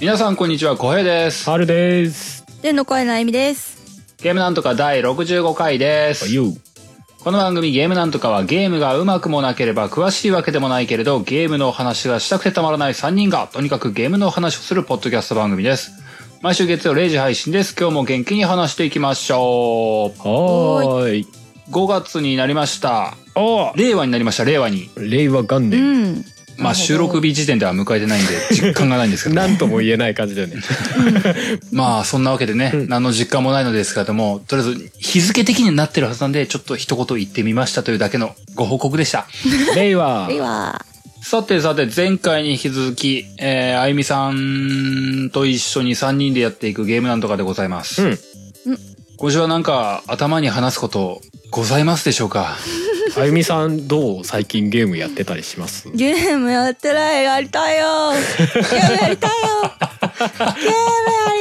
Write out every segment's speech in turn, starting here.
皆さんこんにちは、小平です。 R です。での声のあゆみです。ゲームなんとか第65回です。 You。この番組ゲームなんとかはゲームがうまくもなければ詳しいわけでもないけれど、ゲームのお話がしたくてたまらない3人が、とにかくゲームのお話をするポッドキャスト番組です。毎週月曜0時配信です。今日も元気に話していきましょはーい。う。5月になりました。あ令和になりました、令和に。あ令和元う年。ん。まあ収録日時点では迎えてないんで、実感がないんですけどなんとも言えない感じ だよね。まあ、そんなわけでね、何の実感もないのですけれども、とりあえず日付的になってるはずなんで、ちょっと一言言ってみましたというだけのご報告でした。令和。では、さてさて、前回に引き続き、えー、あゆみさんと一緒に3人でやっていくゲームなんとかでございます。うん。今週はなんか頭に話すことございますでしょうかあゆみさんどう最近ゲームやってたりし ますゲームやってないやりたいよ。 ゲームやりたいよ。ゲームやり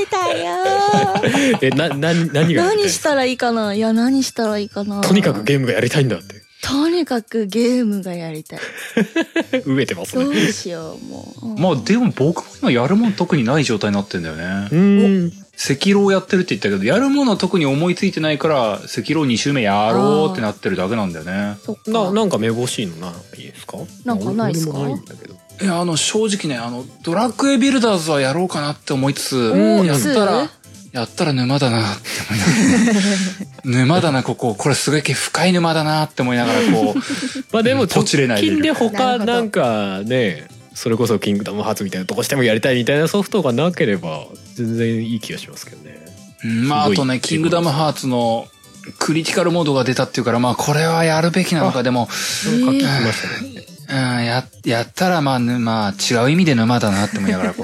たいよ。え、な、な、何がやりたい何したらいいかな。いや何したらいいかな。とにかく。ゲームがやりたいんだって。とにかくゲームがやりたい。飢えてますどね。うしようもう。まあでも僕も今やるもん特にない状態になってんだようね。ーん。赤狼やってるって言ったけど、やるもの特に思いついてないから、赤狼2周目やろうってなってるだけなんだよね。そっか。な、なんかめぼしいのないですかなんかないっすか俺もないんだけど。いや、あの、正直ね、あの、ドラクエビルダーズはやろうかなって思いつつ、んやったうらん、やったら沼だなって思いながら、 沼だな、ここ、これすごい深い沼だなって思いながら、こう、 まあでも、うん直ポチれないで近でなる他ほどなんかね、それこそキングダムハーツみたいなどうしてもやりたいみたいなソフトがなければ全然いい気がしますけどね。うんまあ、すあごいとね、キングダムハーツのクリティカルモードが出たっていうから、まあ、これはやるべきなのか、でも、なんか聞きましたね。うん、や、やったら、まあ、ぬまあ、違う意味で沼だなって思いながら、こ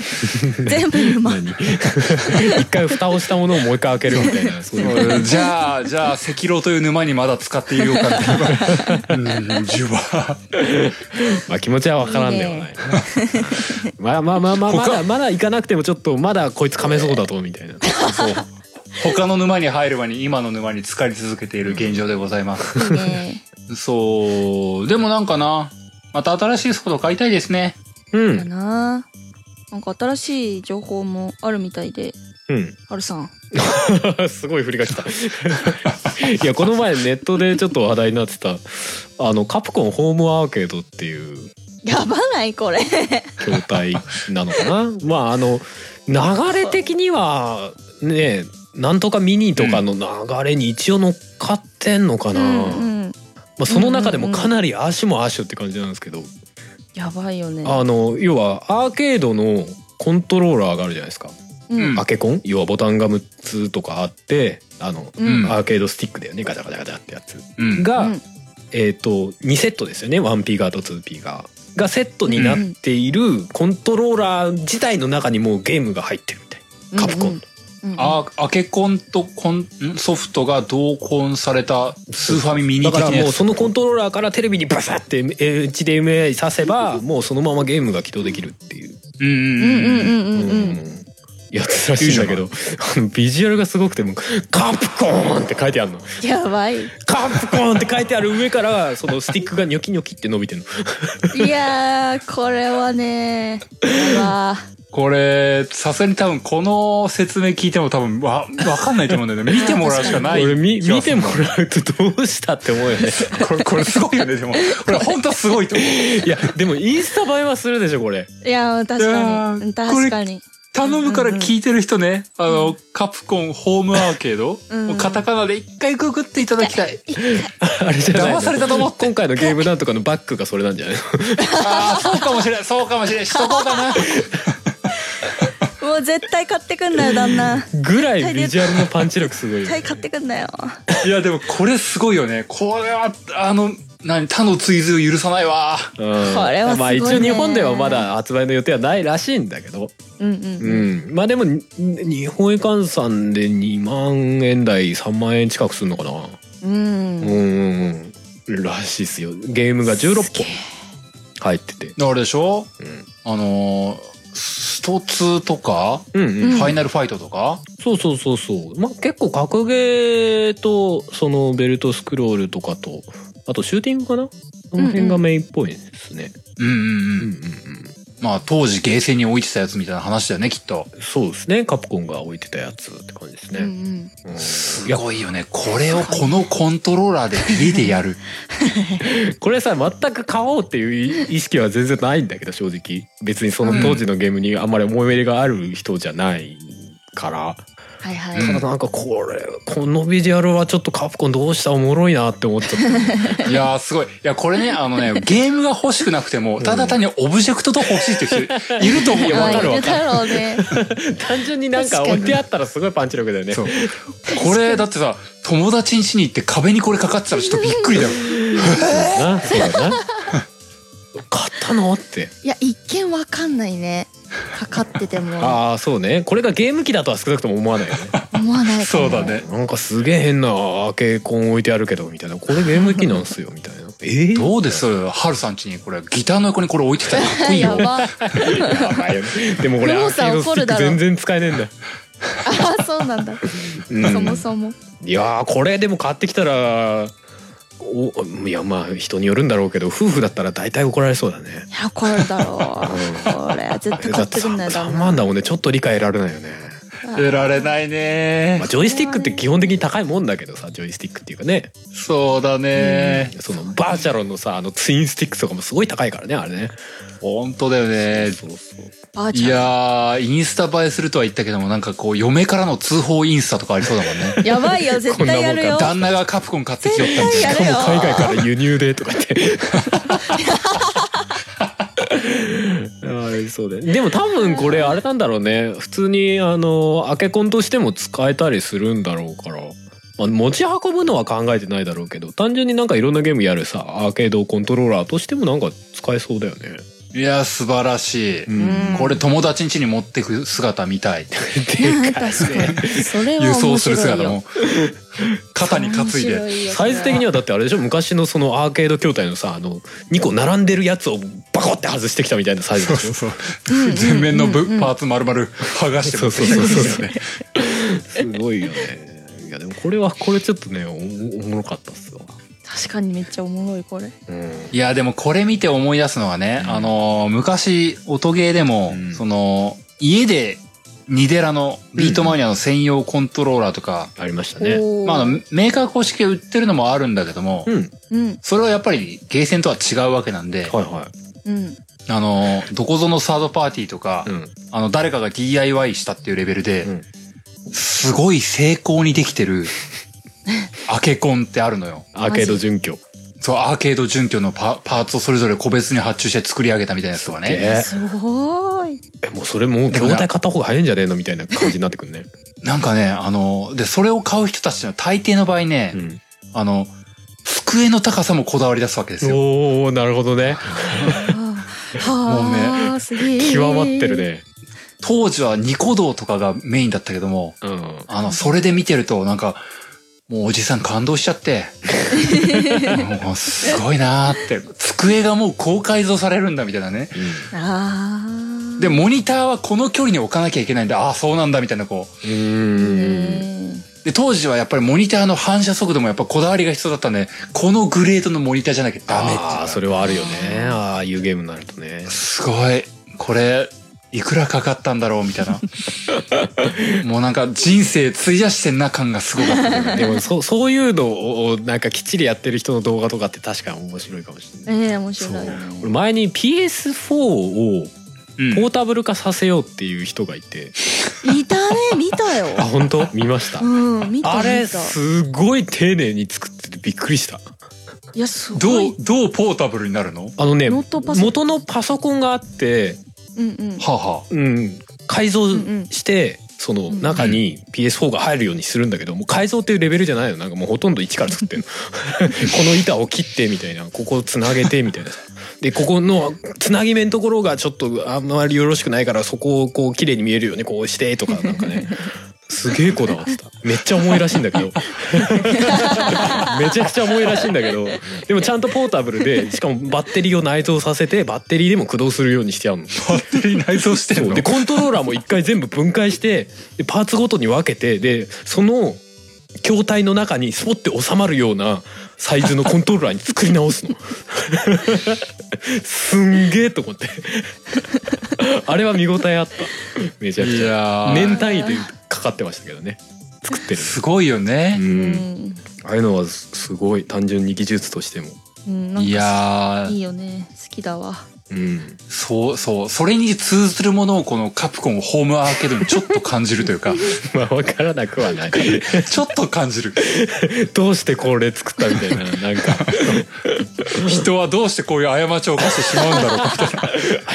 う、全部沼。何 一回蓋をしたものをもう一回開けるみたいなそういううんじゃあ、じゃあ、赤狼という沼にまだ使っていようかみたいな。うん、じゅわ。まあ気持ちはわからんではないまあまあまあまあまだまだ行かなくてもちょっとまだこいつ噛めそうだとみたいなそう。他の沼に入る前に今の沼に浸かり続けている現状でございます。いい ね。そう。でもなんかな、また新しいソフト買いたいですね。うだんな。なんか新しい情報もあるみたいで、うはるさ ん。ん すごい振りが来たいやこの前ネットでちょっと話題になってたあのカプコンホームアーケードっていうやばないこれ。筐体なのかなまああの流れ的にはねなんとかミニとかの流れに一応乗っかってんのかうな、んうん。まあ、その中でもかなりアッシュもアッシュって感じなんですけど、やばいよね。あの要はアーケードのコントローラーがあるじゃないですか、うんアケコン要はボタンが6つとかあってあの、うんアーケードスティックだよねガチャガチャガチャってやつうん。が、うんえっ、と2セットですよね 1P 側と 2P 側がセットになっているコントローラー自体の中にもうゲームが入ってるみたいなカプコン、うんうんうんあ、アケコンとコン、んソフトが同梱されたスーファミミニだ的からなもやうつ。そのコントローラーからテレビにバサって HDMI させばもうそのままゲームが起動できるっていううんうんうんううんんうん。うんうん。やつらしいんだけどあの ビジュアルがすごくてもう「カプコーン!」って書いてあるの「やばい。いカプコーン!」って書いてある上からそのスティックがニョキニョキって伸びてるのやー、これはね、やばこれ、さすがに多分この説明聞いても多分わ、わかんないと思うんだよね。見てもらうしか ない。 俺見見てもう。らうとどうしたって思うよねこれ、これすごいよね、でも。これ本当すごいと思う。いやでもインスタ映えはするでしょこ れい。いやー、確いやかーに。確かに。頼むから聞いてる人ね、あの、カプコンホームアーケード、うんもうカタカナで一回ググっていただきたい。あれじゃないの騙されたと思って 今回のゲームなんとかのバックがそれなんじゃないのああ、そうかもしれない、そうかもしれない、しとこうかな。もう絶対買ってくんなよ、旦那。絶ぐらいビジュアルのパンチ力すごいよ ね対買ってくんなよ。いや、でもこれすごいよね。これは、あの、何、他の追随を許さないわ。うんこれはすごいねまあ一応日本ではまだ発売の予定はないらしいんだけど、うんうん。うん、まあでもに日本円換算で2万円台3万円近くするのかなうん。うんうんうんらしいっすよゲームが16本入っててあれでしょうんあのー、スト2とか、うんうんうんファイナルファイトとか、そうそうそうそうまあ結構格ゲーとそのベルトスクロールとかとあとシューティングかなこの辺がメインっぽいですねうんうんううんん。うんまあ当時ゲーセンに置いてたやつみたいな話だよね、きっと。そうですねカプコンが置いてたやつって感じですうんうね、んうんすいやごいよね。これをこのコントローラーで家でやる。これさ全く買おうっていう意識は全然ないんだけど正直別にその当時のゲームにあんまり思い入れがある人じゃないから、はいはい、うんただなんかこれこのビジュアルはちょっとカプコンどうしたおもろいなって思っちゃったいやーすごい。いや、これね、あのね、ゲームが欲しくなくても、ただ単にオブジェクトとか欲しいって 人いると思う。やわかるあいわるだろうね 単純になんか置いてあったらすごいパンチ力だよねそう。これ、だってさ、友達ん家に行って壁にこれかかってたらちょっとびっくりだよ。なそうだな買ったのっていや一見わかんないねかかっててもああそうねこれがゲーム機だとは少なくとも思わないよ ね思わないかもそうだね。なんかすげえ変なアーケコン置いてあるけどみたいなこれゲーム機なんすよみたいなえーどうですハルさん家にこれ、ギターの横にこれ置いてたらかっこいいやよ。ばあやばいよね でもこれアローーケさーんドス怒ティックるだろ全然使えねえんだーそうなんだ、そもそもいやーこれでも買ってきたらおいやまあ人によるんだろうけど夫婦だったら大体怒られそうだねいやこれだろうこれは絶対買ってくんないだろ3う万なだもんねちょっと理解得られないよね 得られないねまあ、ジョイスティックって基本的に高いもんだけどさジョイスティックっていうかねそうだね。そのバーチャロンのさあのツインスティックスとかもすごい高いからねあれね本当だよね。そうそうばあいちゃんやー、インスタ映えするとは言ったけども、なんかこう、嫁からの通報インスタとかありそうだもんね。やばいよ絶対やるよ旦那がカプコン買ってきよったみたい絶対やなる。よ海外から輸入でとか言ってあれ そうだよでも多分これあれなんだろうね普通にあのアケコンとしても使えたりするんだろうから、まあ、持ち運ぶのは考えてないだろうけど単純になんかいろんなゲームやるさアーケードコントローラーとしてもなんか使えそうだよね、いや、素晴らしい。うんこれ友達ん家に持ってく姿見たい。確かにそれ輸は面白いよ送する姿 も。肩に担いで。サイズ的にはだってあれでしょ昔のそのアーケード筐体のさあの2個並んでるやつをバコって外してきたみたいなサイズでしょそう全面のぶパーツ丸々剥がしてもそうそうそうそうすごいよねいやでもこれはこれちょっとねおおもろかったっすわ確かにめっちゃおもろいこれうんいや、でもこれ見て思い出すのはね、うんあの、昔、音ゲーでも、うんその、家で、ニデラのビートマニアの専用コントローラーとか、ありましたねおーまああの、メーカー公式で売ってるのもあるんだけども、うんうんそれはやっぱりゲーセンとは違うわけなんで、はいはうんあの、どこぞのサードパーティーとか、い、うんあの、誰かが DIY したっていうレベルで、うんすごい精巧にできて る、アケコンってあるのよ。アーケード準拠そう、アーケード準拠のパパーツをそれぞれ個別に発注して作り上げたみたいなやつとかね。えすごーいえもうそれもう筐体買った方が早いんじゃねえのみたいな感じになってくるね、なんかね、あの、で、それを買う人たちの大抵の場合ね、うん、あの、机の高さもこだわり出すわけですよ。おおなるほどねはあはあすげえ極まってるね当時はニコ動とかがメインだったけども、うんあの、それで見てると、なんか、もうおじさん感動しちゃ って、 もうすごいなーって、机がもう高解像されるんだみたいなね。あーで、モニターはこの距離に置かなきゃいけないんで、ああ、そうなんだみたいなこう。うんうんねで、当時はやっぱりモニターの反射速度もやっぱこだわりが必要だったんで、このグレードのモニターじゃなきゃダメっていうのあがあそれはあるよねああいうゲームになるとねすごい。これ、いくらかかったんだろうみたいな。 もうなんか人生費やしてんな感がすごかったけどね。でもそそういうのをなんかきっちりやってる人の動画とかって確かに面白いかもしれない。え面そう白い。俺前に PS4 をうんポータブル化させようっていう人がいて、見たね見たよあ本当見ました。うん見たあれ見たすごい丁寧に作っててびっくりした。いやすごどうい、どうポータブルになるのはあのねノートパソコン元のパソコンがあって、うんうん、あ、はうん、改造して、そのうん中に PS4 が入るようにするんだけどもう改造っていうレベルじゃないのなんかもうほとんど一から作ってる この板を切ってみたいなここをつなげてみたいなさでここのつなぎ目のところがちょっとあんまりよろしくないからそこをこう綺麗に見えるようにこうしてとかなんかねすげえこだわってためっちゃ重いらしいんだけどめちゃくちゃ重いらしいんだけどでもちゃんとポータブルでしかもバッテリーを内蔵させてバッテリーでも駆動するようにしてあるの。バッテリー内蔵してんそうのでコントローラーも一回全部分解してでパーツごとに分けてでその筐体の中にスポッて収まるようなサイズのコントローラーに作り直すの すんげえと思ってあれは見応えあっためちゃくいちゃやー年単位でかかってましたけどね作ってるすごいよねう。うんん、ああいうのはすすごい単純に技術としてもうん、なんかいやーいいよね好きだわうんそうそう。それに通ずるものをこのカプコンホームアーケードにちょっと感じると いうか、 まあ分からなくはないちょっと感じる。 どうしてこれ作ったみたいななんか人はどうしてこういう過ちを犯してしまうんだろうかみたい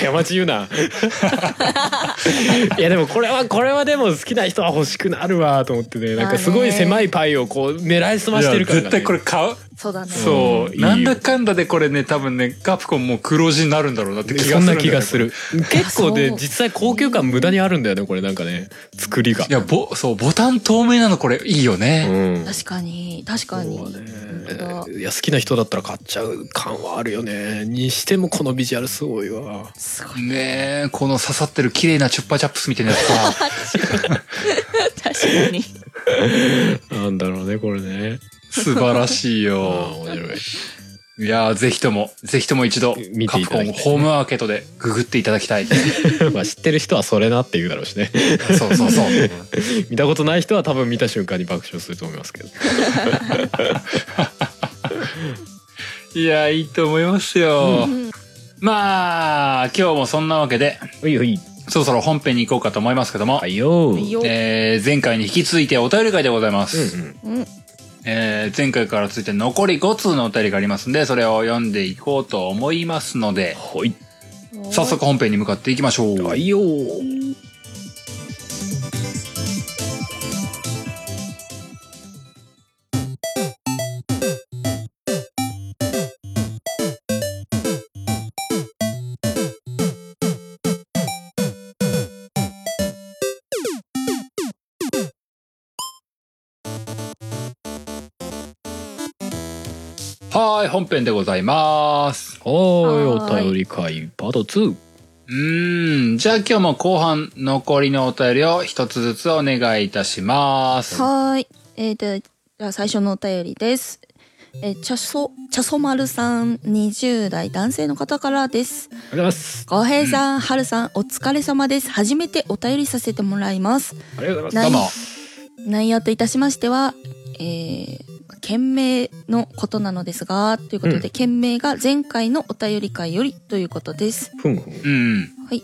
な。過ち言うな いやでもこれはこれはでも好きな人は欲しくなるわと思ってねなんかすごい狭いパイをこう狙いすま してるから、ね、絶対これ買う。そうだねそういいよなんだかんだでこれね、多分ね、カプコンもう黒字になるんだろうなって気そがするんんだなよね気がす。る結構あでそう実際高級感無駄にあるんだよねこれなんかね作りがいや、ぼ、そう、ボタン透明なのこれいいようね。ん確かに確かに本当だいや好きな人だったら買っちゃう感はあるよねにしてもこのビジュアルすごいわすごいねえ、この刺さってる綺麗なチュッパチャップスみたいなやつさ、 確かになんだろうねこれね素晴らしいあよあ。面白い いやーぜひとも、ぜひとも一度、見カてプいたコだきたいンねホームアーケードでググっていただきたい。まあ知ってる人はそれなって言うだろうしねそうそうそう。見たことない人は多分見た瞬間に爆笑すると思いますけどいやーいいと思いますよ。まあ、今日もそんなわけで、おいおいそろそろ本編に行こうかと思いますけども、はいよいいよえー前回に引き続いてお便り会でございます。うんえー前回から続いて残り5通のお便りがありますんで、それを読んでいこうと思いますので、ほい早速本編に向かっていきましょう。いよはーい、本編でございます。はーはいーおい便り会パート2うーん、じゃあ今日も後半残りのお便りを一つずつお願いいたします。はーい。えー、でじゃあ最初のお便りです。えー、茶そ、茶そ丸さん、20代男性の方からです。ありがとうございます浩平さん、はるさん、お疲れ様です。初めてお便りさせてもらいます。ありがとうございどうまないも。内容といたしましては、えー、件名のことなのですが、ということで、う件名が前回のお便り会よりということです。すふんふんうん。はい。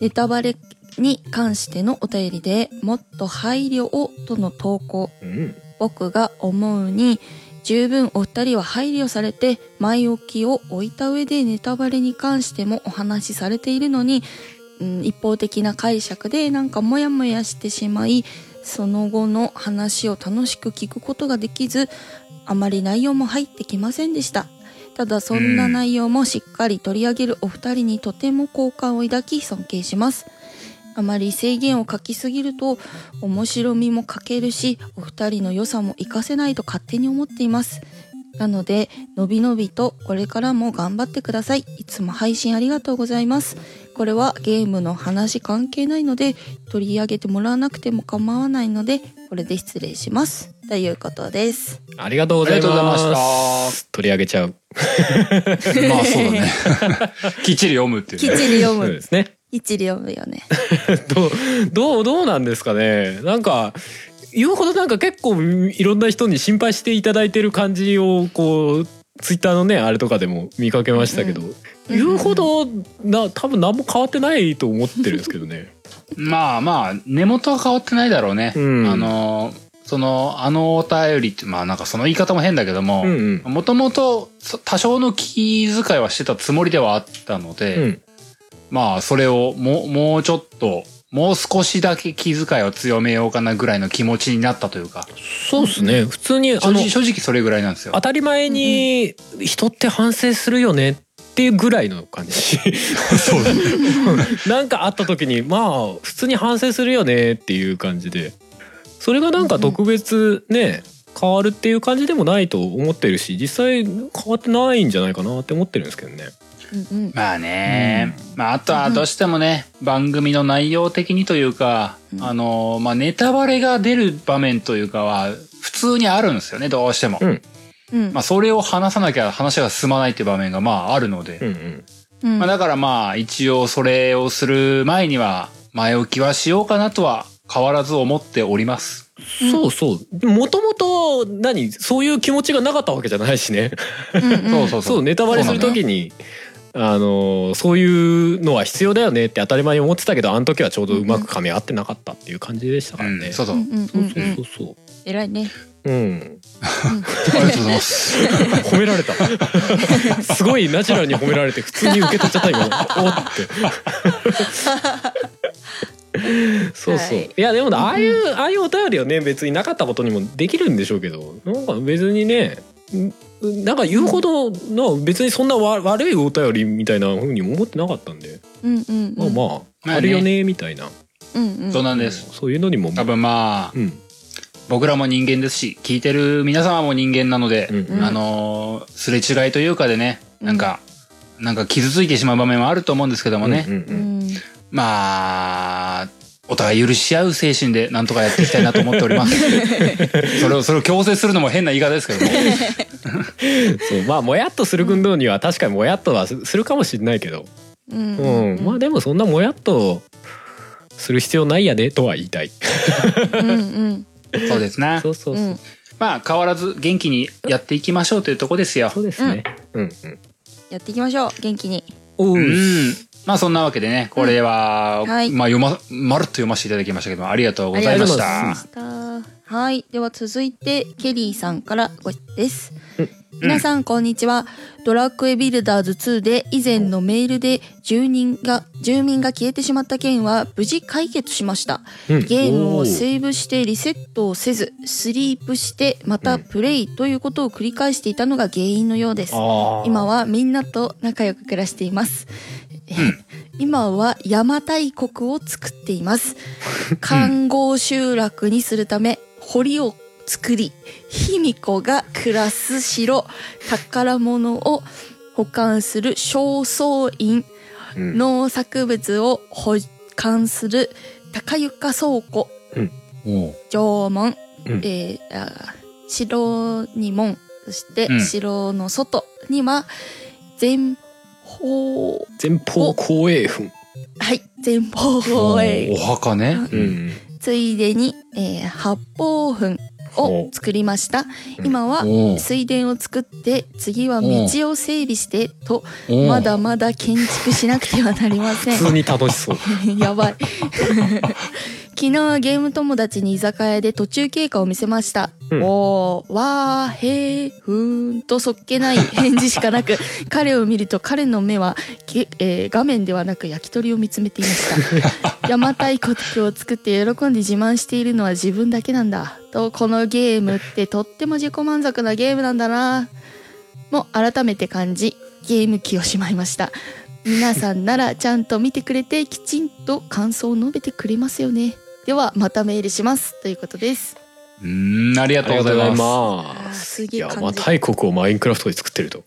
ネタバレに関してのお便りで、もっと配慮をとの投稿うん僕が思うに十分お二人は配慮されて前置きを置いた上でネタバレに関してもお話しされているのに、うん、一方的な解釈でなんかモヤモヤしてしまいその後の話を楽しく聞くことができずあまり内容も入ってきませんでしたただそんな内容もしっかり取り上げるお二人にとても好感を抱き尊敬しますあまり制限を書きすぎると面白みも欠けるしお二人の良さも活かせないと勝手に思っていますなのでのびのびとこれからも頑張ってくださいいつも配信ありがとうございますこれはゲームの話関係ないので取り上げてもらわなくても構わないのでこれで失礼しますということですありがとうございありがまとうございましす取り上げ ちゃうまあそうだ ね。きっちり読むっていうきねっ。ちり読そうむですねきっちり読むよねどうどうどうなんですかねなんか言うほどなんか結構いろんな人に心配していただいてる感じをこうツイッターのねあれとかでも見かけましたけど、言うほどな多分何も変わってないと思ってるんですけどね。まあまあ、根元は変わってないだろうね。うんあの、その、あのお便りって、まあなんかその言い方も変だけども、うんうんもともとそ多少の気遣いはしてたつもりではあったので、うんまあそれをもうもうちょっともう少しだけ気遣いを強めようかなぐらいの気持ちになったというかそうですね普通にあ正の直正直それぐらいなんですよ当。たり前に人って反省するよねっていうぐらいの感 じそうだね なんかあった時にまあ普通に反省するよねっていう感じでそれがなんか特別ね変わるっていう感じでもないと思ってるし実際変わってないんじゃないかなって思ってるんですけどね。うんうんまあね、まああとはどうしてもね、番組の内容的にというか、あの、まあネタバレが出る場面というかは、普通にあるんですよね、どうしても。うんうんまあ、それを話さなきゃ話が進まないっていう場面がまああるので、うんうんうんまあ、だからまあ一応それをする前には前置きはしようかなとは変わらず思っております。そうそうもともと何そういう気持ちがなかったわけじゃないしねうんうそんうそうそう。そうネタバレするときにあのそういうのは必要だよねって当たり前に思ってたけどあの時はちょうどうまく噛み合ってなかったっていう感じでしたからうね。んそうそう。うあんうんうそうんそうそうんうそう。偉いねうん、 りがとうございます。褒められたすごいナチュラルに褒められて普通に受け取っちゃった今 おってそうそう、はいい、やでもああいう、ああいうお便りはね別になかったことにもできるんでしょうけどなんか別にねんなんか言うほどの別にそんなわ悪いお便りみたいなふうにも思ってなかったんでうんうんまあまあ、まあねあるよねみたいな、うんうんそうなんです。そういうのにも多分まあうん僕らも人間ですし聞いてる皆様も人間なので、うんうんあのーすれ違いというかでねなんか、なんか傷ついてしまう場面はあると思うんですけどもね、うんうんううんんまあお互い許し合う精神でなんとかやっていきたいなと思っております それをそれを強制するのも変な言い方ですけどもそうまあもやっとする群動には確かにもやっとはすするかもしれないけど、うんうんまあでもそんなもやっとする必要ないやでとは言い たいうんうんそうですねそうそううそう、んまあ変わらず元気にやっていきましょうというとこですよ。そうですね、うんうんやっていきましょう元気におううん。まあそんなわけでね、これは、うんはいまあ読ま、まるっと読ませていただきましたけども、ありがとうございましありがとうございたま。すはいでは続いてケリーさんからごです皆さんこんにちはドラクエビルダーズ2で以前のメールで住人が住民が消えてしまった件は無事解決しましたうんゲームおをうセーブしてリセットをせずスリープしてまたプレイということを繰り返していたのが原因のようですあー今はみんなと仲良く暮らしています。今は邪馬台国を作っています。環合集落にするため堀を作り、卑弥呼が暮らす城、宝物を保管する正倉院、うん農作物を保管する高床倉庫、おう城門、うんえーあー城に門そしてうん城の外には前方前方後衛墳はい前方防衛お墓ね。うんついでに、えー八方墳を作りましたうん今はおう水田を作って次は道を整備してとおうまだまだ建築しなくてはなり ません普通に楽しそう やばい昨日ゲーム友達に居酒屋で途中経過を見せました、うんおーわーへーふーんとそっけない返事し かなく彼を見ると彼の目は、けえー画面ではなく焼き鳥を見つめてい ました邪馬台国を作って喜んで自慢しているのは自分だけなんだとこのゲームってとっても自己満足なゲームなんだなも改めて感じゲーム機をしまいました皆さんならちゃんと見てくれてきちんと感想を述べてくれますよねではまたメールしますということですうーん、ありがあとりうごがとうござざいいままあーすすげえいや感じまあ大国をマインクラフトで作ってると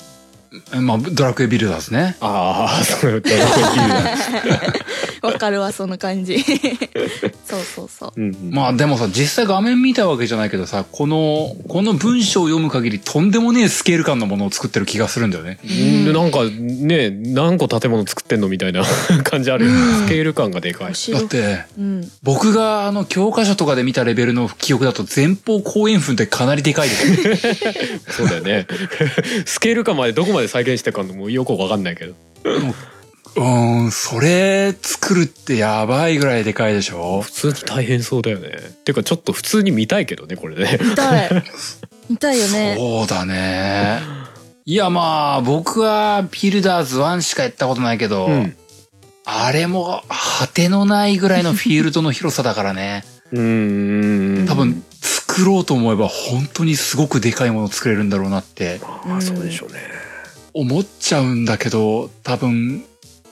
す。まあ、ドラクエビルダーズね。ああそういうことだわかるわその感じそうそうそううんうんまあでもさ、実際画面見たわけじゃないけどさ、この、この文章を読む限りとんでもねえスケール感のものを作ってる気がするんだよね。でなんかね何個建物作ってんのみたいな 感じあるよねスケール感がでかい面白だいって、うん僕があの教科書とかで見たレベルの記憶だと前方後円墳ってかなりでかいですね。そうだよね スケール感までどこまで再現してるかもよくわかんないけど うーん、それ作るってやばいぐらいでかいでしょ普通に大変そうだよねていうかちょっと普通に見たいけどねこれね見たい見たいよねそうだね。いやまあ、僕はビルダーズ1しかやったことないけど、うんあれも果てのないぐらいのフィールドの広さだからね。うんうんうん多分作ろうと思えば本当にすごくでかいもの作れるんだろうなってああそうでしょうね思っちゃうんだけど、多分、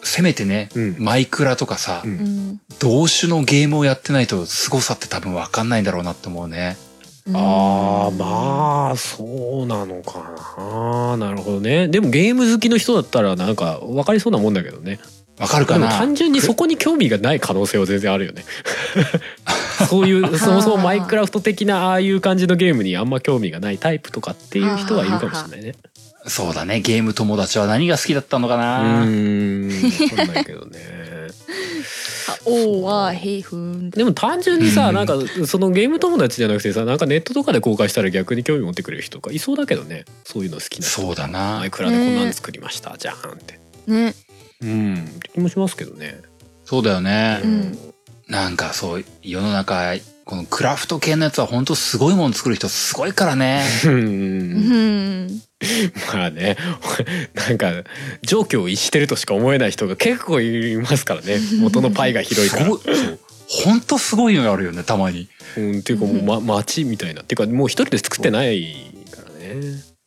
せめてね、うんマイクラとかさ、うんうん同種のゲームをやってないと凄さって多分分かんないんだろうなって思うね。あああまあそうなのかななるほどねでもゲーム好きの人だったらなんか分かりそうなもんだけどね分かるでかもな単純にそこに興味がない可能性は全然あるよね そういうそもそもマイクラフト的なああいう感じのゲームにあんま興味がないタイプとかっていう人はいるかもしれないね。そうだね。ゲーム友達は何が好きだったのかうな、ーん分かんないけどね。おおは平凡でも単純にさうんなんかそのゲーム友達じゃなくてさなんかネットとかで公開したら逆に興味持ってくれる人とかいそうだけどねそういうの好きな人そうだなマイクラでこんなん作りました、じゃーんって。ねうんって気もしますけどね。そうだよね。うんなんかそう、世の中、このクラフト系のやつは本当すごいもの作る人すごいからね。うんうん まあね なんか状況を逸してるとしか思えない人が結構いますからね元のパイが広いから。すごいそう本当すごいのあるよね、たまに。うん、っていうかもう、ま、街みたいなっていうかもう一人で作ってないからね。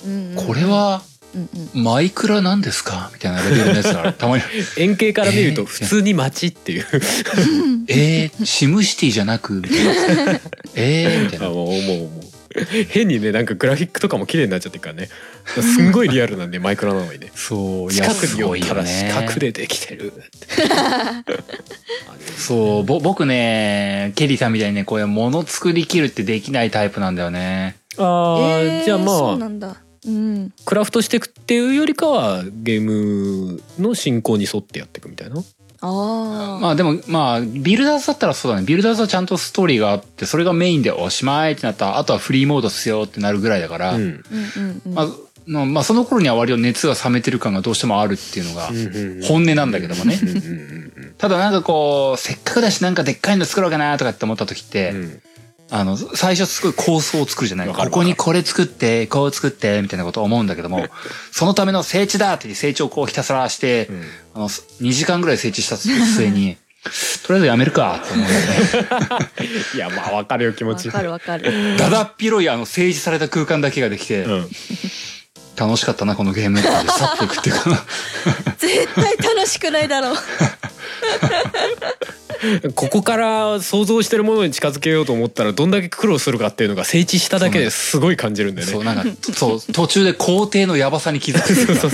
うんこれは、うんうんマイクラなんですかみたいなレベルのやつがある。たまに。円形から見ると普通に街っていう、えー、シムシティじゃなく、みたいな。えー、みたいあな。もうもうもう変にねなんかグラフィックとかも綺麗になっちゃってるからねすんごいリアルなんでマイクラなのにねそう、い近や、くすに寄ごっいたよらね四。角でできて るそう、ぼ、僕ね、ケリーさんみたいにね、こういうもの作りきるってできないタイプなんだよね。ああ、えーじゃあまあそうなんだうんクラフトしていくっていうよりかはゲームの進行に沿ってやっていくみたいなあまあでも、まあ、ビルダーズだったらそうだね。ビルダーズはちゃんとストーリーがあって、それがメインでおしまいってなったら、あとはフリーモードっすよってなるぐらいだから、うんあうんうんまあ、のまあその頃には割と熱が冷めてる感がどうしてもあるっていうのがうんうんうん本音なんだけどもね。うんうんただなんかこう、せっかくだしなんかでっかいの作ろうかなとかって思った時って、うんうんあの、最初すごい構想を作るじゃないわかるここにこれ作って、こう作って、みたいなことを思うんだけども、そのための整地だって成長をこうひたすらして、うんあの、2時間ぐらい整地した末に、とりあえずやめるかって思うんだよね。いやまあわかるよ気持わちかるわかるだだっ広いあの政治された空間だけができて、うん楽しかったなこのゲームって去っていくっていうかな絶対楽しくないだろうここから想像してるものに近づけようと思ったらどんだけ苦労するかっていうのが整地しただけですごい感じるんだよそうね。なんかそう途中で皇帝のやばさに気づく っていうか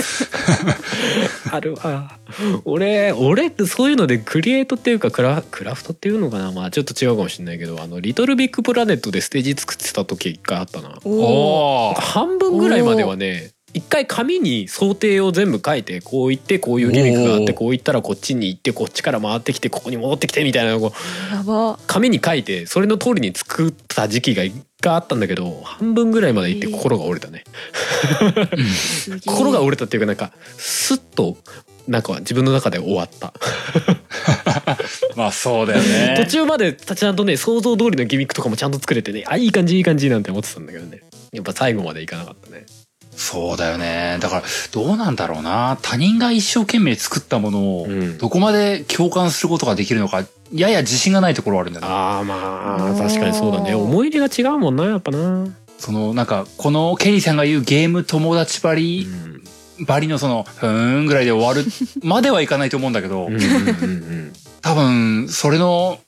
あるわ俺俺ってそういうのでクリエイトっていうかクラクラフトっていうのかなまあちょっと違うかもしれないけどあの「リトルビッグプラネット」でステージ作ってた時一回あったな。おーおー半分ぐらいまではね一回紙に想定を全部書いてこう行ってこういうリリックがあっおてーこう行ったらこっちに行ってこっちから回ってきてここに戻ってきてみたいなのをこうやば紙に書いてそれの通りに作った時期が一回あったんだけど半分ぐらいまで行ってえー心が折れたね、すげえ心が折れたっていうかなんかスッとなんか自分の中で終わった、まあそうだよね途中までちゃんとね想像通りのギミックとかもちゃんと作れてねあいい感じいい感じなんて思ってたんだけどねやっぱ最後までいかなかったねそうだよねだからどうなんだろうな他人が一生懸命作ったものをうんどこまで共感することができるのかやや自信がないところはあるんだよねあーまああー確かにそうだね思い入れが違うもんなやっぱな、そのなんかこのケリーさんが言うゲーム友達ばりばりのそのふーんぐらいで終わ るまではいかないと思うんだけど、うんうんうん多分それの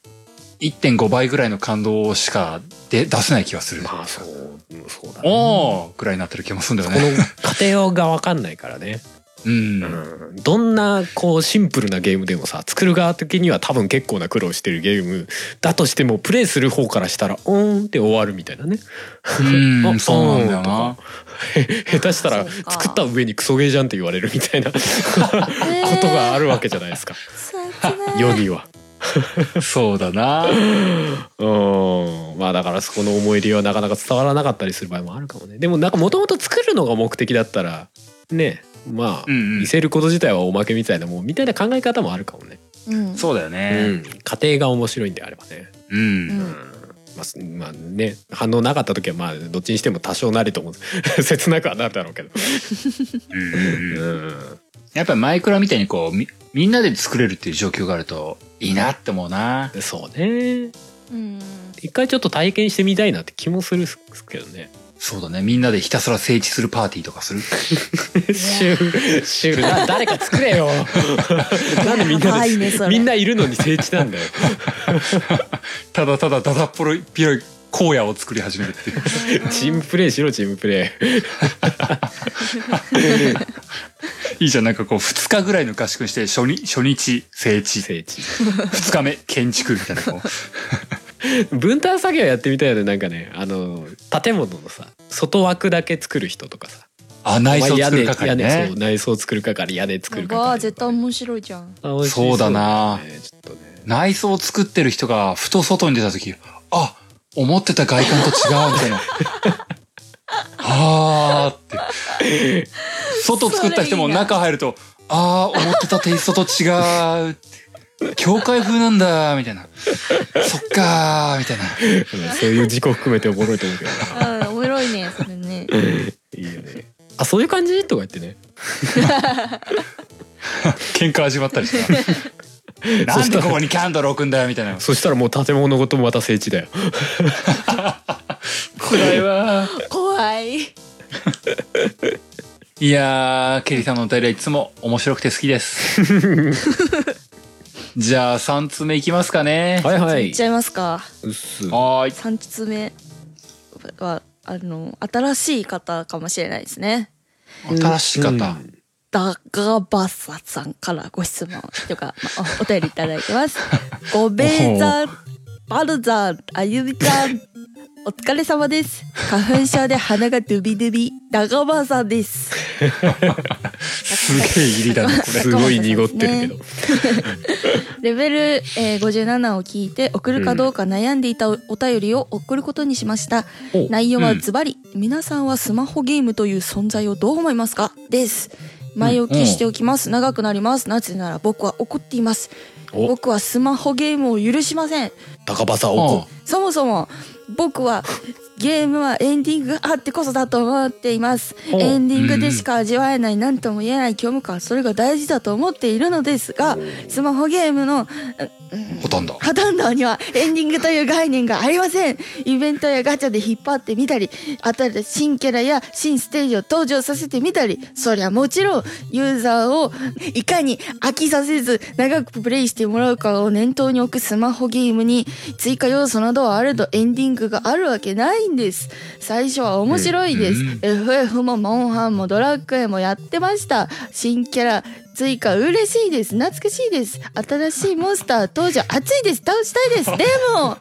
1.5倍ぐらいの感動しかで出せない気がすうるん、 まあそううんそうだねおーぐらいになってる気もするんだよこねの過程が分かんないからねうん、うんどんなこうシンプルなゲームでもさ作る側的には多分結構な苦労してるゲームだとしてもプレイする方からしたら「おーん」って終わるみたい なねうんあそうなんだよな下手したらそうか作った上にクソゲーじゃんって言われるみたいなこえーとがあるわけじゃな いですか切ない世には。そうだなうんまあだからそこの思い入れはなかなか伝わらなかったりする場合もあるかもね。でもなんかもともと作るのが目的だったらねまあ、うんうん見せること自体はおまけみたいなもんみたいな考え方もあるかもね。うんそうだようねん、過程が面白いんであればね。うん、うんまあす、まあね反応なかった時はまあどっちにしても多少なりとも切なくはなるだろう けど、うんうんうんうん、やっぱりマイクラみたいにこうみみんなで作れるっていう状況があるといいなって思うなそうね うん一回ちょっと体験してみたいなって気もするけどねそうだねみんなでひたすら整地するパーティーとかするシュールシュールな誰か作れよなんでみんやなばいねで、それみんないるのに聖地なんだよただただだだっぽろい広い荒野を作り始めるっていうチームプレーしろチームプレーいいじゃん、なんかこう、二日ぐらいの合宿にして、初日、初日、整地、聖地二日目、建築みたいな、こう、分担作業やってみたいよねなんかねあの建物のさ外枠だけ作る人とかさあ、内装作るまあ屋係根屋根ねそう。内装作る係屋根作るやば係い絶対面白いじゃんあ美味しそうだなそうだねちょっとね内装を作ってる人がふと外に出た時あ思ってた外観と違うみたい なあーって外作った人もそれいいな中入るとああ思ってたテイストと違う教会風なんだみたいなそっかーみたいなうんそういう事故含めておもろいと思うけどなうん面白いねそれね いいよねあそういう感じとか言ってね喧嘩始まったり してななんでここにキャンドル置くんだよみたいなそしたらもう建物ごとまた整地だよ暗いわ怖いいやー、ケリーさんのお便りはいつも面白くて好き です。じゃあ、3つ目いきますかね。はいはいっちゃいますかうっすはーい。 3つ目はあの新しい方かもしれないですね新しい方。うんダガバサさんからご質問というか、まあおお便りいただい てます。ごべんざん、バルザン、あゆみちゃん、お疲れ様です。花粉症で鼻がドゥビドゥビ、ダガバ サです。すげえ 入りだね、これ。すごい濁ってるけど、レベル、えー57を聞いて送るかどうか悩んでいたおお便りを送ることにしました、お内容はうんズバリ、皆さんはスマホゲームという存在をどう思いますかです前置きしておきます、長くなりますなぜなら僕は怒っていますお僕はスマホゲームを許しません高場さんおこそもそも僕はゲームはエンディングがあってこそだと思っていますほうエンディングでしか味わえない何とも言えない虚無感それが大事だと思っているのですがスマホゲームのうんほとんど。ほとんどにはエンディングという概念がありませんイベントやガチャで引っ張ってみたり新しい新キャラや新ステージを登場させてみたりそりゃもちろんユーザーをいかに飽きさせず長くプレイしてもらうかを念頭に置くスマホゲームに追加要素などはあるとエンディングがあるわけないんです最初は面白いです、うん FF もモンハンもドラッグエもやってました新キャラ追加嬉しいです懐かしいです新しいモンスター登場熱いです倒したいですで も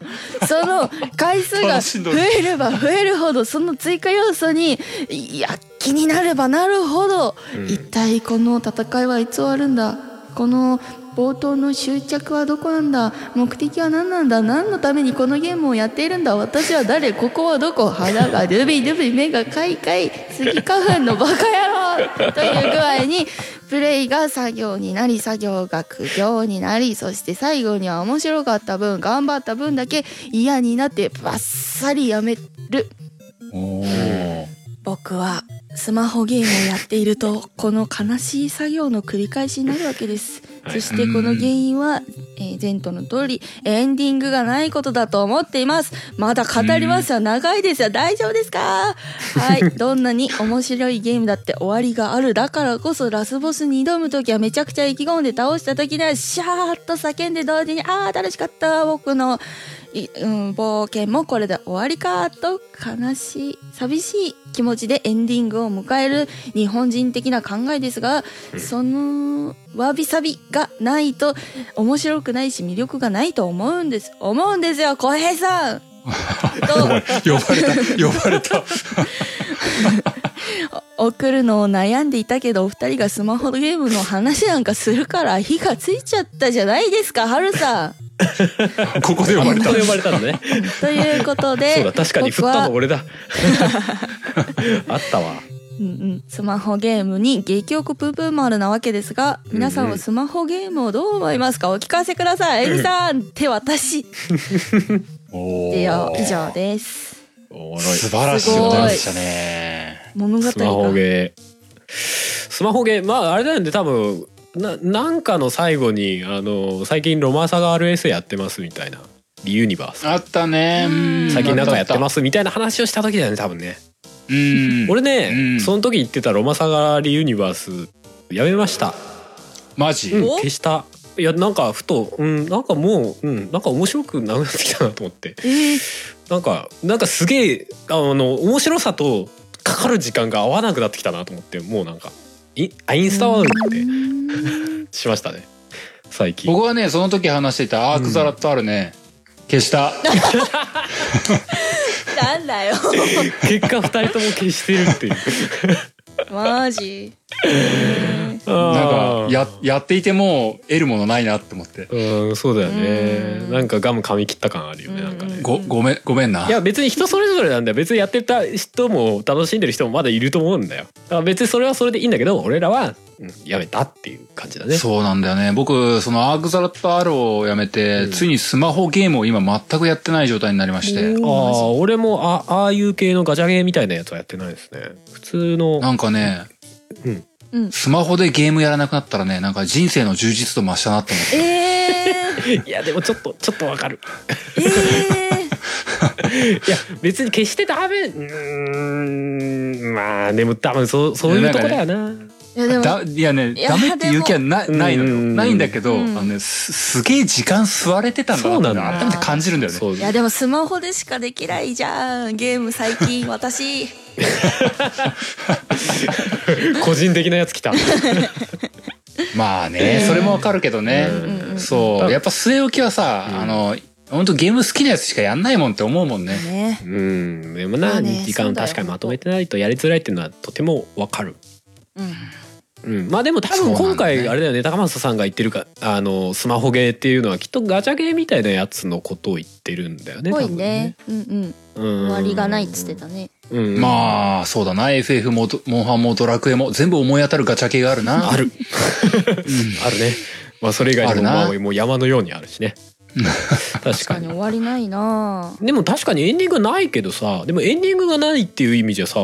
その回数が楽しんど増るえれば増えるほどその追加要素にいや気になればなるほど、一体この戦いはいつ終わるんだこの冒頭の執着はどこなんだ目的は何なんだ何のためにこのゲームをやっているんだ私は誰ここはどこ鼻がルビルビ目がカイカイスギ花粉のバカ野郎という具合にプレイが作業になり作業が苦行になりそして最後には面白かった分頑張った分だけ嫌になってバッサリやめる おー僕はスマホゲームをやっているとこの悲しい作業の繰り返しになるわけですそしてこの原因は、えー前途の通りエンディングがないことだと思っていますまだ語りますよ長いですよ大丈夫ですかはいどんなに面白いゲームだって終わりがあるだからこそラスボスに挑む時はめちゃくちゃ意気込んで倒した時にはシャーッと叫んで同時にああ楽しかった僕のいうん、冒険もこれで終わりかと悲しい寂しい気持ちでエンディングを迎える日本人的な考えですが、そのわびさびがないと面白くないし魅力がないと思うんです思うんですよ小平さん呼とばれた、呼ばれた。送るのを悩んでいたけどお二人がスマホゲームの話なんかするから火がついちゃったじゃないですか春さ ん。ここで呼ばれたこ。呼ばれたのねということでそうだ確かに振っ僕はたの俺だ あったわうんうん、スマホゲームに激おこプープー丸なわけですが皆さうんんうはんスマホゲームをどう思いますかお聞かせくださいエリさん手私おでよー以上ですおもろい素晴らしいお便りでしたね。物語スマホがゲースマホゲーまああれだよね多分ななんかの最後にあの最近ロマサが RS やってますみたいなリユニバースあったね。うん。最近なんかやってますすみたいな話をした時だよね多分ねうん。俺ね、うんその時言ってたロマサガリユニバースやめました、マジうん、お消したいやなんかふと、うん、なんかもう、うん、なんか面白くなくなってきたなと思ってえーなんかなんかすげえあの面白さとかかる時間が合わなくなってきたなと思ってもうなんかインあインスタワールってしましたね最近僕はね、その時話していたアークザラットあるね。消した。 なんだよ結果二人とも消してる っていうマジ なんかあ、ーや、やっていても得るものないなって思って。うんそうだようねんなんかガム噛み切った感あるよねうんなんかね。ご、ごめん、ごめんないや別に人それぞれなんだよ別にやってた人も楽しんでる人もまだいると思うんだよだから別にそれはそれでいいんだけど俺らは、うんやめたっていう感じだねそうなんだよね。僕、そのアークザラットアローをやめて、うんついにスマホゲームを今全くやってない状態になりまして。ああ俺もあああいう系のガチャゲーみたいなやつはやってないですね普通のなんかね、うんスマホでゲームやらなくなったらね、なんか人生の充実度増したなって思って。えー、えいやでもちょっとちょっとわかるー、いや別に決してダメうーんまあでも多分そうそういうとこだよないやでもだいやねいやダメって言う気はなでもないのようんないんだけど、うんあのね、すすげえ時間吸われてたんだなってそうなんだ改めて感じるんだよねそういやでもスマホでしかできないじゃんゲーム最近私個人的なやつ来 たまあね、それもわかるけどね、うんそうやっぱ据え置きはさ、うんあの本当ゲーム好きなやつしかやんないもんって思うもんねねうんでもまあなね時そ間うだよ確かにまとめてないとやりづらいっていうのはとてもわかるうんうん、まあでも多そうなん分だね今回あれだよね高松さんが言ってるかあのスマホゲーっていうのはきっとガチャゲーみたいなやつのことを言ってるんだよねぽ多い分ねねうんうんうん終わりがないっつってたねうん、あまあそうだな FF もドモンハンもドラクエも全部思い当たるガチャ系があるなあるあるねまあそれ以外にもあるなまあもう山のようにある しね確確かかにに終わりないなでも確かにエンディングないけどさでもエンディングがないっていう意味じゃさ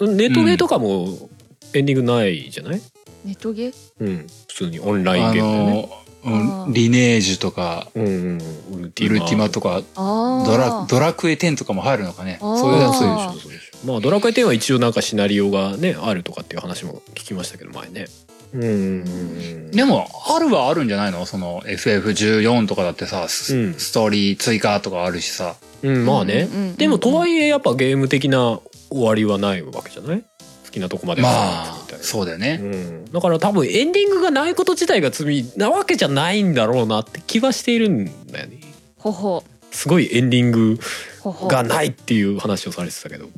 ネットゲーとかもエンディングないじゃない、ネットゲうん普通にオンあラインゲームだよねの、あうーん、リネージュとかうんうん、ウウルルティマとかああドラドラクエ10とかも入るのかねあーそういうやつそうででししょょまあドラクエ10は一応なんかシナリオがねあるとかっていう話も聞きましたけど前ね。うんうんうんでも、あるはあるんじゃないのその FF14 とかだってさ、スうんストーリー追加とかあるしさ。うん、うんまあねうんうんうん。でもとはいえやっぱゲーム的な終わりはないわけじゃない好きなとこまでま遊あんでみたい、なそうだよね。うん、だから多分エンディングがないこと自体が罪なわけじゃないんだろうなって気はしているんだよね。ほほすごいエンディングほほがないっていう話をされてたけど。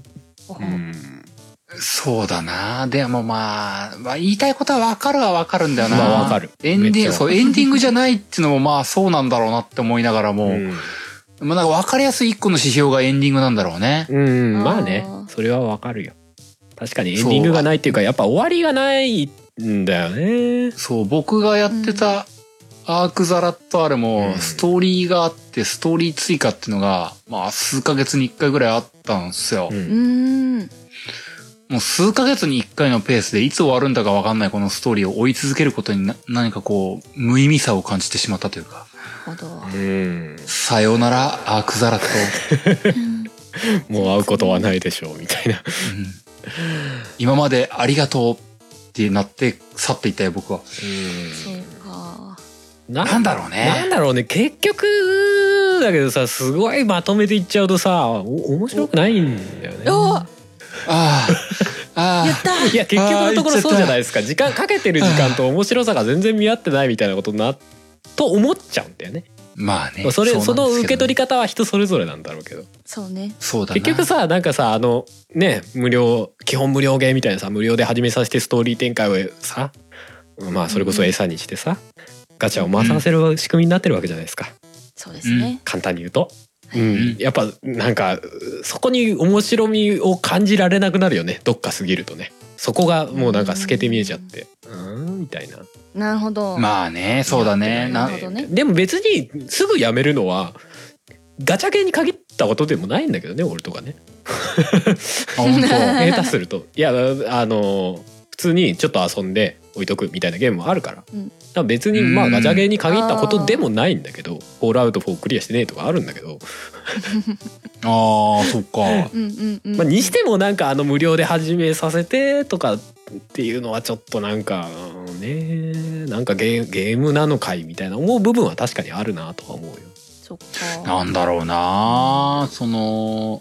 ほうほんそうだな。でもまあ、まあ、言いたいことはわかるはわかるんだよな。まあわかる。エンデめィっンちゃグ、わかそう、エンディングじゃないっていうのもまあそうなんだろうなって思いながらも、るうんまあなんかわかりやすい一個の指標がエンディングなんだろうね。うんあーまあねそれはわかるよ確かにエンディングがないっていうかやっぱ終わりがないんだよねそう、僕がやってうたアークザラットあれも、うんストーリーがあって、ストーリー追加っていうのが、まあ数ヶ月に一回ぐらいあったんですよ。ううんーんもう数ヶ月に一回のペースでいつ終わるんだかわかんないこのストーリーを追い続けることにな何かこう無意味さを感じてしまったというか、ほどうんさよならアークザラット。 もう会うことはないでしょうみたいなうん今までありがとうってなって去っていったよ僕は。そうかななんだろうなんね。だろうね結局だけどさすごいまとめていっちゃうとさお面白くないんだよねおああ、言っあたいや結局のとあー言っちゃころったそうじゃないですか時間かけてる時間と面白さが全然見合ってないみたいなことになと思っちゃうんだよねあ、まあね。それその受け取りり。方は人それぞれなんだろうけどそうねそうだな。結局さなんかさあのね無料基本無料ゲーみたいなさ無料で始めさせてストーリー展開をさまあそれこそ餌にしてさガチャを回させる仕組みになってるわけじゃないですかそうですね簡単に言うと。ううんん、やっぱなんかそこに面白みを感じられなくなるよねどっか過ぎるとねそこがもうなんか透けて見えちゃってうーんみたいななるほどまあね、そうだね。ななるほどねでも別にすぐやめるのはガチャゲーに限ったことでもないんだけどね俺と かねあ本当 下手するといやあの普通にちょっと遊んで置いとくみたいなゲームもあるから,、うん別にうまあんガチャゲーに限ったことでもないんだけど「フォールアウト4」クリアしてねえとかあるんだけど、ああ、そっか。うんうんうんまあ、にしてもなんかあの無料で始めさせてとかっていうのはちょっとなんかうんねなんかゲーゲームなのかいみたいな思う部分は確かにあるなとは思うよ。そっかなんだろうなその、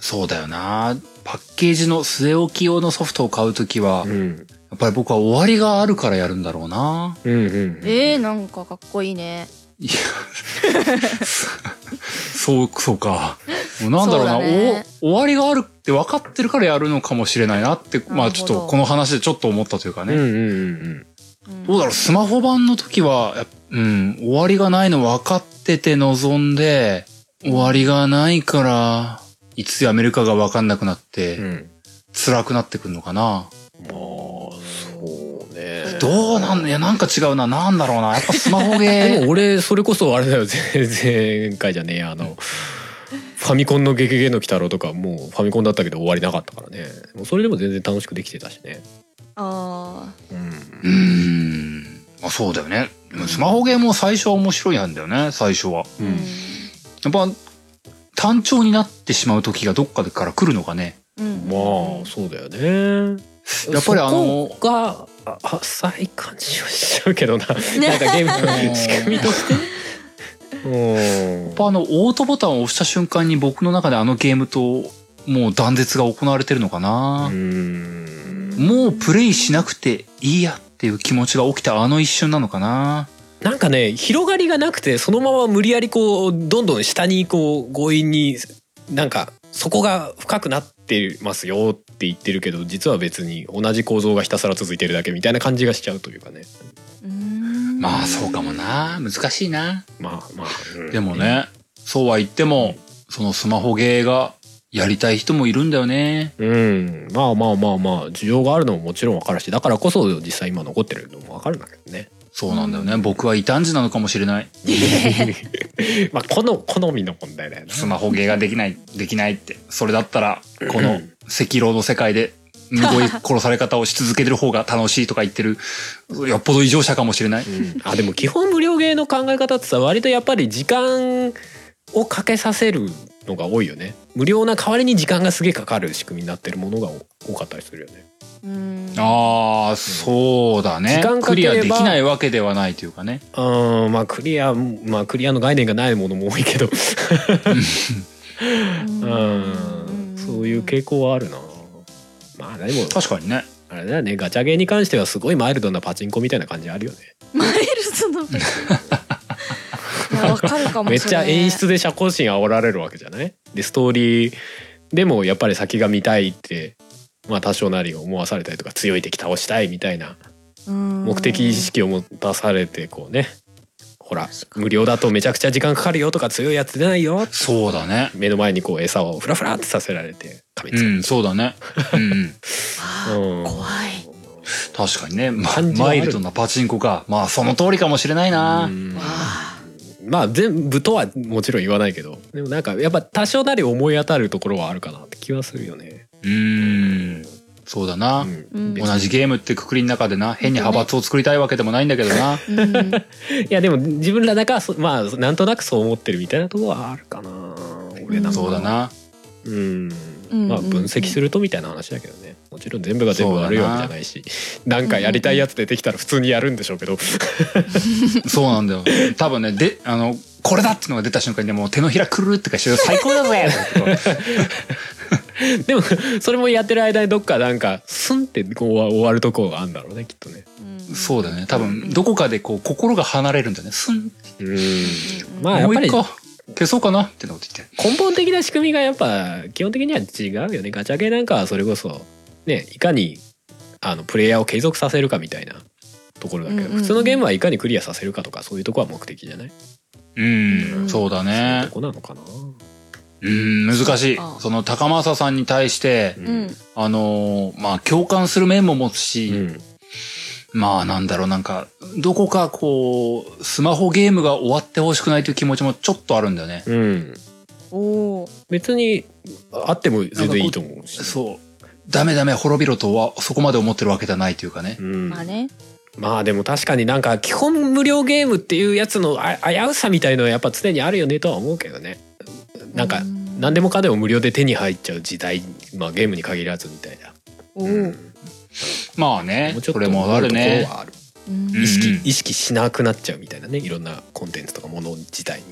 そうだよなパッケージの据え置き用のソフトを買うときは、うやんっぱり僕は終わりがあるからやるんだろうなうんうんえー、なんかかっこいいねいや、そう、そうか。もうなんだろうなそうだねお、終わりがあるって分かってるからやるのかもしれないなって、まあちょっとなるほどこの話でちょっと思ったというかね。うんうんうんうんどうだろう、スマホ版の時は、やっぱうん、終わりがないの分かってて望んで、終わりがないから、いつやめるかが分かんなくなっうんうて、ん辛くなってくるのかな。まあそうねどうなんのいや、なんか違うな。なんだろうな。やっぱスマホゲ でー。も俺それこそあれだよ前前回じゃねえやあのファミコンの「ゲゲゲの鬼太郎」とかもうファミコンだったけど終わりなかったからねもうそれでも全然楽しくできてたしねあうんうーん。まあそうだよね。でもスマホゲーも最初は面白いんだよね、最初は。ーううんやっぱ、単調になってしまう時がどっかでから来るのかね。うんまあそうだよねやっぱりあのそこがあ浅い感じはしちゃうけどななんかねゲームうのん仕組みとしてうんやっぱあの、オートボタンを押した瞬間に僕の中であのゲームと、もう断絶が行われてるのかなう。んもうプレイしなくていいやっていう気持ちが起きたあの一瞬なのかな。なんかね広がりがなくてそのまま無理やりこうどんどん下にこう強引になんかそこが深くなってますよって言ってるけど実は別に同じ構造がひたすら続いてるだけみたいな感じがしちゃうというかねうんまあそうかもな。難しいな。まあまあ、うんでもね、そうは言っても、そのスマホゲーがやりたい人もいるんだよね。うんまあまあまあまあ需要があるのももちろんわかるしだからこそ実際今残ってるのもわかるんだけどねそうなんだよね。僕は異端児なのかもしれない。まあこの好みの問題だよねスマホゲーができない、 できないって。それだったら、この赤老の世界で、むごい殺され方をし続けてる方が楽しいとか言ってる、よっぽど異常者かもしれない。あでも基本無料ゲーの考え方ってさ割とやっぱり時間をかけさせるのが多いよね無料な代わりに時間がすげえかかる仕組みになってるものが多かったりするよねうんああ、そうだね時間。かクけリればアできないわけではないというかね。うんまあクリアまあクリアの概念がないものも多いけどうんうんそういう傾向はあるなまあでも確かにね。あれだよねガチャゲーに関してはすごいマイルドなパチンコみたいな感じあるよねマイルズの時いやわかるかもめっちゃそれ演出で社交心煽られるわけじゃないでストーリーでもやっぱり先が見たいって、まあ、多少なり思わされたりとか強い敵倒したいみたいなうん目的意識を持たされてこうねほら確かに無料だとめちゃくちゃ時間かかるよとか強いやつ出ないよそうだね。目の前にこう餌をフラフラってさせられて噛みうつく、ん、そうだね。うんうん。 あうーん怖い確かにね、ま感じはあマるイルドなパチンコかまあその通りかもしれないな、うんあまあ全部とはもちろん言わないけどでもなんかやっぱ多少なり思い当たるところはあるかなって気はするよね。うーんそうだな、うんうん同じゲームってくくりの中でな変に派閥を作りたいわけでもないんだけどな、ーうんいやでも自分らだからそまあなんとなくそう思ってるみたいなところはあるかな俺なんかはそうだなうんうんまあ分析するとみたいな話だけどねもちろん全部が全部悪いわけじゃないしなんかやりたいやつ出てきたら普通にやるんでしょう けどそうなんだよ多分ねであのこれだっていうのが出た瞬間にねもう手のひらくるるってかして最高だぜとか言ってでもそれもやってる間にどっかなんかスンってこう終わるとこがあるんだろうねきっとねうんそうだね多分どこかでこう心が離れるんだよねすんうんうんまあやもうっぱ一り個消そうかなってなこと言って根本的な仕組みがやっぱ基本的には違うよねガチャゲなんかはそれこそねいかにあのプレイヤーを継続させるかみたいなところだけど、うんうんうん普通のゲームはいかにクリアさせるかとかそういうとこは目的じゃない、うん、うんそうだそういうねとこなのかなうん難しいあその高政さんに対して、うんうんあのーまあ共感する面も持つし、うんまあなんだろう、なんか、どこかこう、スマホゲームが終わってほしくないという気持ちもちょっとあるんだよね。うんおお別にあっても全然いいと思うしそう。ダメダメ滅びろとは、そこまで思ってるわけじゃないというかね。うんまあねまあでも確かになんか基本無料ゲームっていうやつのあ危うさみたいのはやっぱ常にあるよねとは思うけどねなんかうん何でもかでも無料で手に入っちゃう時代、まあ、ゲームに限らずみたいなおおまあねもう、ちょっことれもある思うとねこ。ろはあるうん意識、うん意識しなくなっちゃうみたいなねいろんなコンテンツとかもの自体に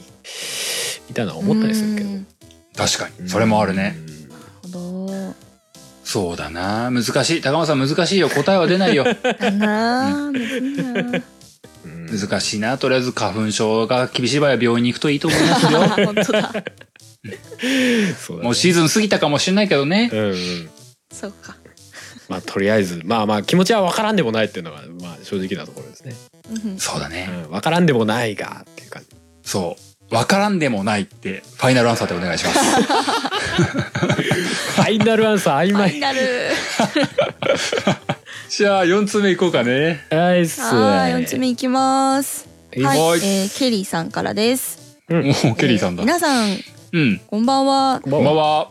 みたいなのは思ったりするけど、うんな確かに。それもあるね。るほどそうだな。 難しい。高間さん難しいよ。答えは出ないよ。だなーむずいなーうん、難しいな。とりあえず花粉症が厳しい場合は病院に行くといいと思いますよ。本当だそうだ ねもうシーズン過ぎたかもしれないけどね。うんうんそうかまあとりあえずまあまあ気持ちは分からんでもないっていうのがまあ正直なところですね、うんそうだね。うん、分からんでもないがっていう感じそう。わからんでもないって、ファイナルアンサーでお願いします。 ファイナルアンサー曖ファ昧イナルじゃあ、4つ目いこうかね。ナイスはーい4つ目いきますはい、はいえーケリーさんからですもう、ケリーさんえだ。皆さんうん。こんばんはこんばこんんばはんは。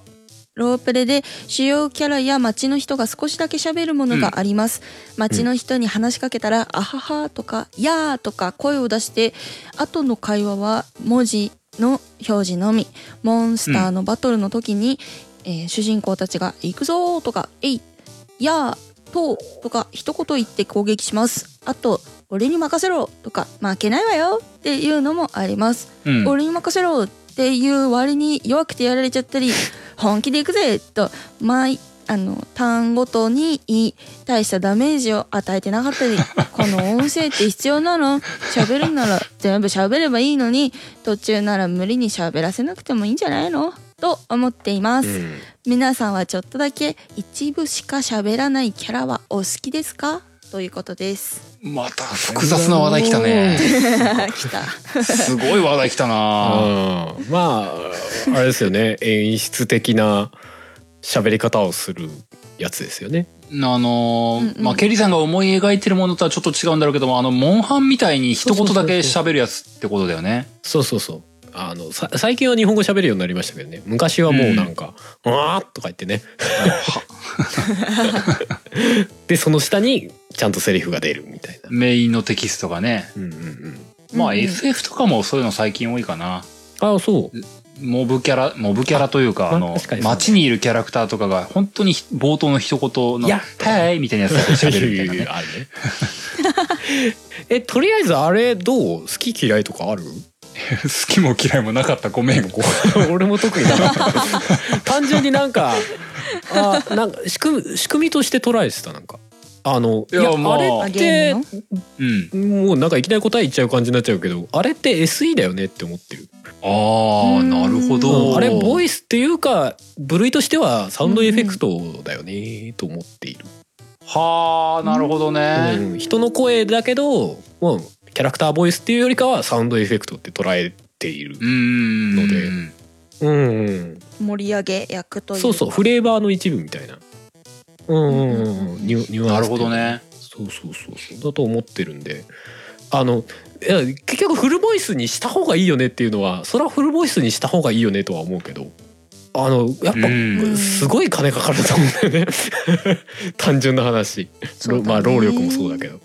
ロープレで主要キャラや街の人が少しだけ喋るものがあります、街の人に話しかけたら「あはは」とか「やー」とか声を出して後の会話は文字の表示のみモンスターのバトルの時に、えー主人公たちが「行くぞ」とか「えい」「やー」ととか一言言って攻撃しますあと「俺に任せろ」とか「負けないわよ」っていうのもありますうん。俺に任せろっていう割に弱くてやられちゃ ったり本気でいくぜと毎あの単ごとに大したダメージを与えてな かったりこの音声って必要なの喋るんなら全部喋ればいいのに途中なら無理に喋らせなくてもいいんじゃないのと思っています、うん皆さんはちょっとだけ一部しか喋らないキャラはお好きですかというこ とです。また複雑な話題来たね。来た。すごい話題来た なうんまああれですよね演出的な喋り方をするやつですよね。あのーうんうんまあ、ケリーさんが思い描いてるものとはちょっと違うんだろうけども、あの、モンハンみたいに一言だけ喋るやつってことだよね。そうそうそう。あのさ最近は日本語喋るようになりましたけどね昔はもうなんか「うわ、ーっとか言ってねでその下にちゃんとセリフが出るみたいな、メインのテキストがね。うんうんうん、まあ、うんうん SF とかもそういうの最近多いかな。ああそうモブキャラ、モブキャラというか、ああの確かに、そう街にいるキャラクターとかが、本当にひ冒頭の一言の、いやはいみたいなやつが喋るみたいな ね。あるねえとりあえずあれどう好き嫌いとかある好きも嫌いもなかった、ごめん。 俺も特になかった単純になんかあなんか仕組み仕組みとして捉えてたなんかあのいやまああれってうん。もうなんかいきなり答え言っちゃう感じになっちゃうけどあれって SE だよねって思ってる、ああ、うんなるほおど。あれボイイスっていうか部類としてはサウンドエフェクトだよねと思っている、はあ、なるほどね。うん人の声だけど、うん、キャラクターボイスっていうよりかはサウンドエフェクトって捉えているう、ん。のでうんうん盛り上げ役というそうそうフレーバーの一部みたいなうんうんうんうんニュニュアなンるスほどね。そうそうそうそうだと思ってるんであのいや結局フルボイスにした方がいいよねっていうのはそれはフルボイスにした方がいいよねとは思うけどあのやっぱ、うんすごい金かかると思うんだよね 単純な話、そうだねまあ労力もそうだけど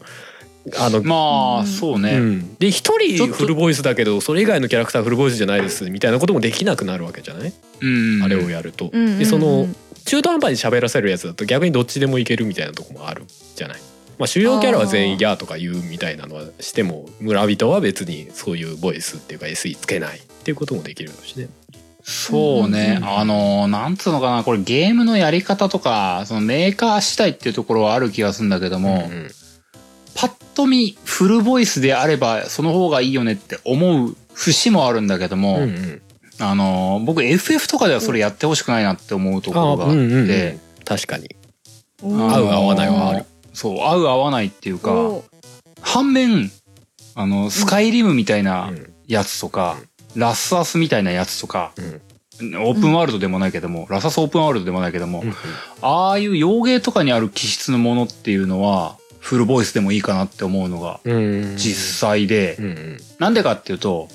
あの、まうあ、んそううね。んで一ちょっ人とフルボイスだけどそれ以外のキャラクターフルボイスじゃないですみたいなこともできなくなるわけじゃない、うん。あれをやると、うんうんうんでその中途半端に喋らせるやつだと逆にどっちでもいけるみたいなとこもあるじゃない、まあ、主要キャラは全員「ギャー」とか言うみたいなのはしても村人は別にそういうボイスっていうか SE つけないっていうこともできるだろうしね。そうねう。んあの、なんつうのかな、これゲームのやり方とか、そのメーカー次第っていうところはある気がするんだけども、うんパッと見フルボイスであればその方がいいよねって思う節もあるんだけども、うんうんあの僕 FF とかではそれやってほしくないなって思うところがああっうて、んうんうん確かにあの合う合わないはあるそう合う合わないっていうかお反面あのスカイリムみたいなうんやつとか、ラスアスみたいなやつとかうんオープンワールドでもないけども、ラスアスオープンワールドでもないけども、うんああいう洋芸とかにある気質のものっていうのはフルボイスでもいいかなって思うのがうん実際で、うんうんなんでかっていうと、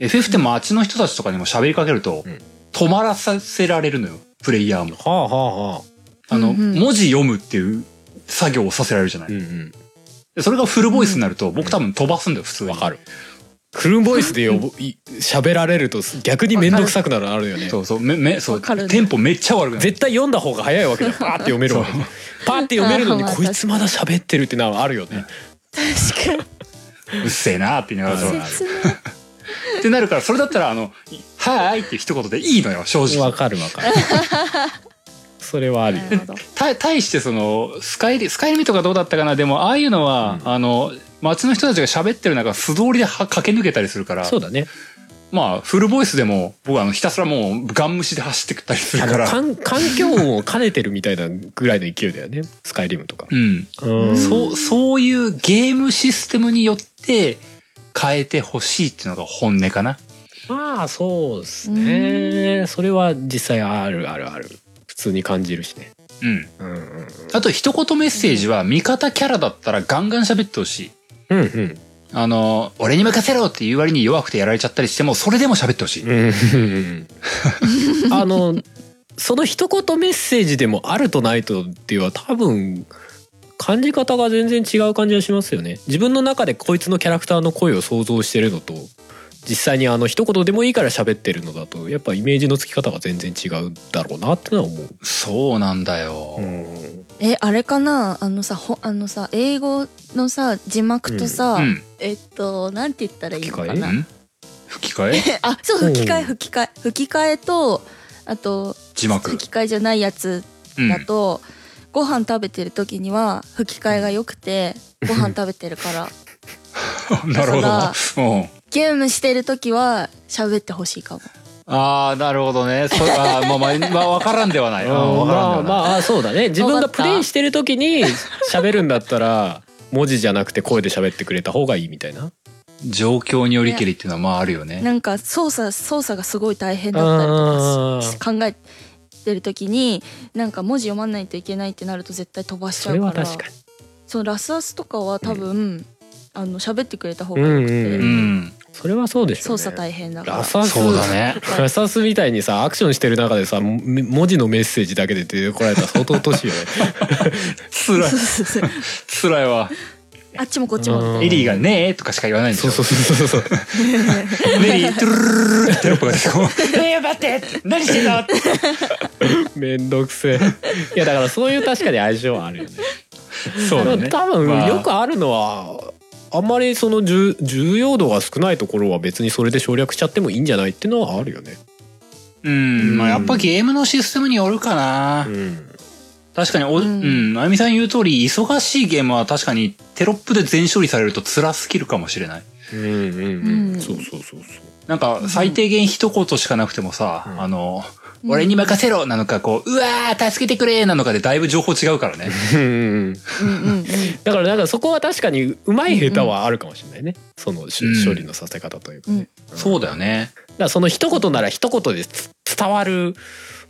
FF って街の人たちとかにも喋りかけると、うん止まらさせられるのよ、プレイヤーも。はあはあはああの、うんうん文字読むっていう作業をさせられるじゃない。うんうんでそれがフルボイスになると、僕多分飛ばすんだよ、普通に。わかるフルボイスで呼ぼい喋られると逆に面倒くさくなるのあるよねそうそう、め、め、そう、わかるねテンポめっちゃ悪くなる。絶対読んだ方が早い わけだパーって読めるわけだパーって読めるのにあーこいつ まだ喋ってるってのはあるよね確かうっせえなって言いながらうそんうに説明ってなるから、それだったら、あの、いはーいって一言でいいのよ、正わ直。かるわ かるそれはあるよなるほどた対してそのスカイリスカイリミットがどうだったかなでもああいうのは、うんあの街の人たちが喋ってる中素通りでは駆け抜けたりするからそうだねまあフルボイスでも僕はあのひたすらもうガン無視で走ってくったりするあかのら環環境音を兼ねてるみたいなぐらいの勢いだよねスカイリムとかうんうんそうそういうゲームシステムによって変えてほしいっていうのが本音かなまあそうですねそれは実際あるあるある普通に感じるしねうんうんうんうんあと一言メッセージは味方キャラだったらガンガン喋ってほしいうんうんあの俺に任せろっていう割に弱くてやられちゃったりしてもそれでも喋ってほしい、うんうんうんあのその一言メッセージでもあるとないとでは多分感じ方が全然違う感じがしますよね自分の中でこいつのキャラクターの声を想像してるのと実際にあの一言でもいいから喋ってるのだとやっぱイメージのつき方が全然違うだろうなってのは思う、そうなんだよ、えあれかなあのさほあのさ英語のさ字幕とさ、うんえっとなんて言ったらいいのか吹きなうん吹き替えあそう吹き替えうん吹き替え吹き替えとあと字幕吹き替えじゃないやつうんだと、ご飯食べてる時には吹き替えが良くてご飯食べてるから なるほどだかうんゲームしてる時は喋ってほしいかもああなるほどねそあーまあまあ、まあ、分からんではない、うん、分からんではなまあい、まああそうだね自分がプレイしてる時に喋るんだったら文字じゃなくて声で喋ってくれた方がいいみたいな状況によりけりっていうのはまああるよねなんか操作操作がすごい大変だったりあーとかし考えてる時になんか文字読まないといけないってなると絶対飛ばしちそゃれうはから確かに。そのラスアスとかは多分、あの喋ってくれた方がう良んくうて、んううんんそれはそうでしょうね。操作大変だからラサスそうだねラサスみたいにさアクションしてる中でさも文字のメッセージだけで出てこられたら相当年よね。つらいそうそうそうつらいわ あっちもこっちもみたいなうんエリーが「ねえ」とかしか言わないんですそようそうそうそうそう。エリートゥルルルルルってロップが出てこうねえ待って何してたってめんどくせえ。いやだからそういう確かに相性はあるよね。そうだね多分、まあよくあるのはあんまりその重重要度が少ないところは別にそれで省略しちゃってもいいんじゃないっていうのはあるよね。うんまあやっぱゲームのシステムによるかな、うん。確かにお、ううんん、あゆみさん言う通り、忙しいゲームは確かにテロップで全処理されると辛すぎるかもしれない。うんうんう。うんんそうそうそうそう。なんか、最低限一言しかなくてもさ、うんあの、うん俺に任せろなのか、こう、うわー、助けてくれなのかでだいぶ情報違うからね。うんうんうん。うんうんうんだからなんかそこは確かにうまい下手はあるかもしれないね、そのしうん処理のさせ方というかね、んそうだよね。だからその一言なら一言でつ伝わる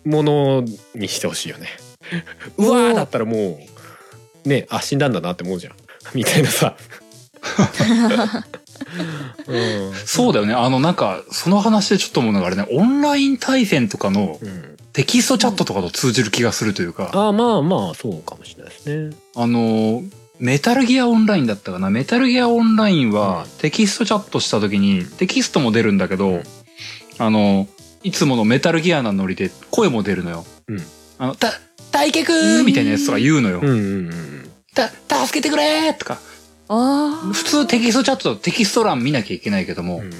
ものにしてほしい よねうわーだったらもうねあ死んだんだなって思うじゃん みたい なさ、うんそうだよね。あの、なんか、その話でちょっと思うのがあれね、オンライン対戦とかのうん、テキストチャットとかと通じる気がするというか、ああまあまあそうかもしれないですねあの、メタルギアオンラインだったかな。メタルギアオンラインはテキストチャットした時にテキストも出るんだけど、うんあの、いつものメタルギアなノリで声も出るのよ。うんあの、た、大輝くんみたいなやつとか言うのよ。うんうんうんた、助けてくれーとか。あ普通テキストチャットだとテキスト欄見なきゃいけないけども、うん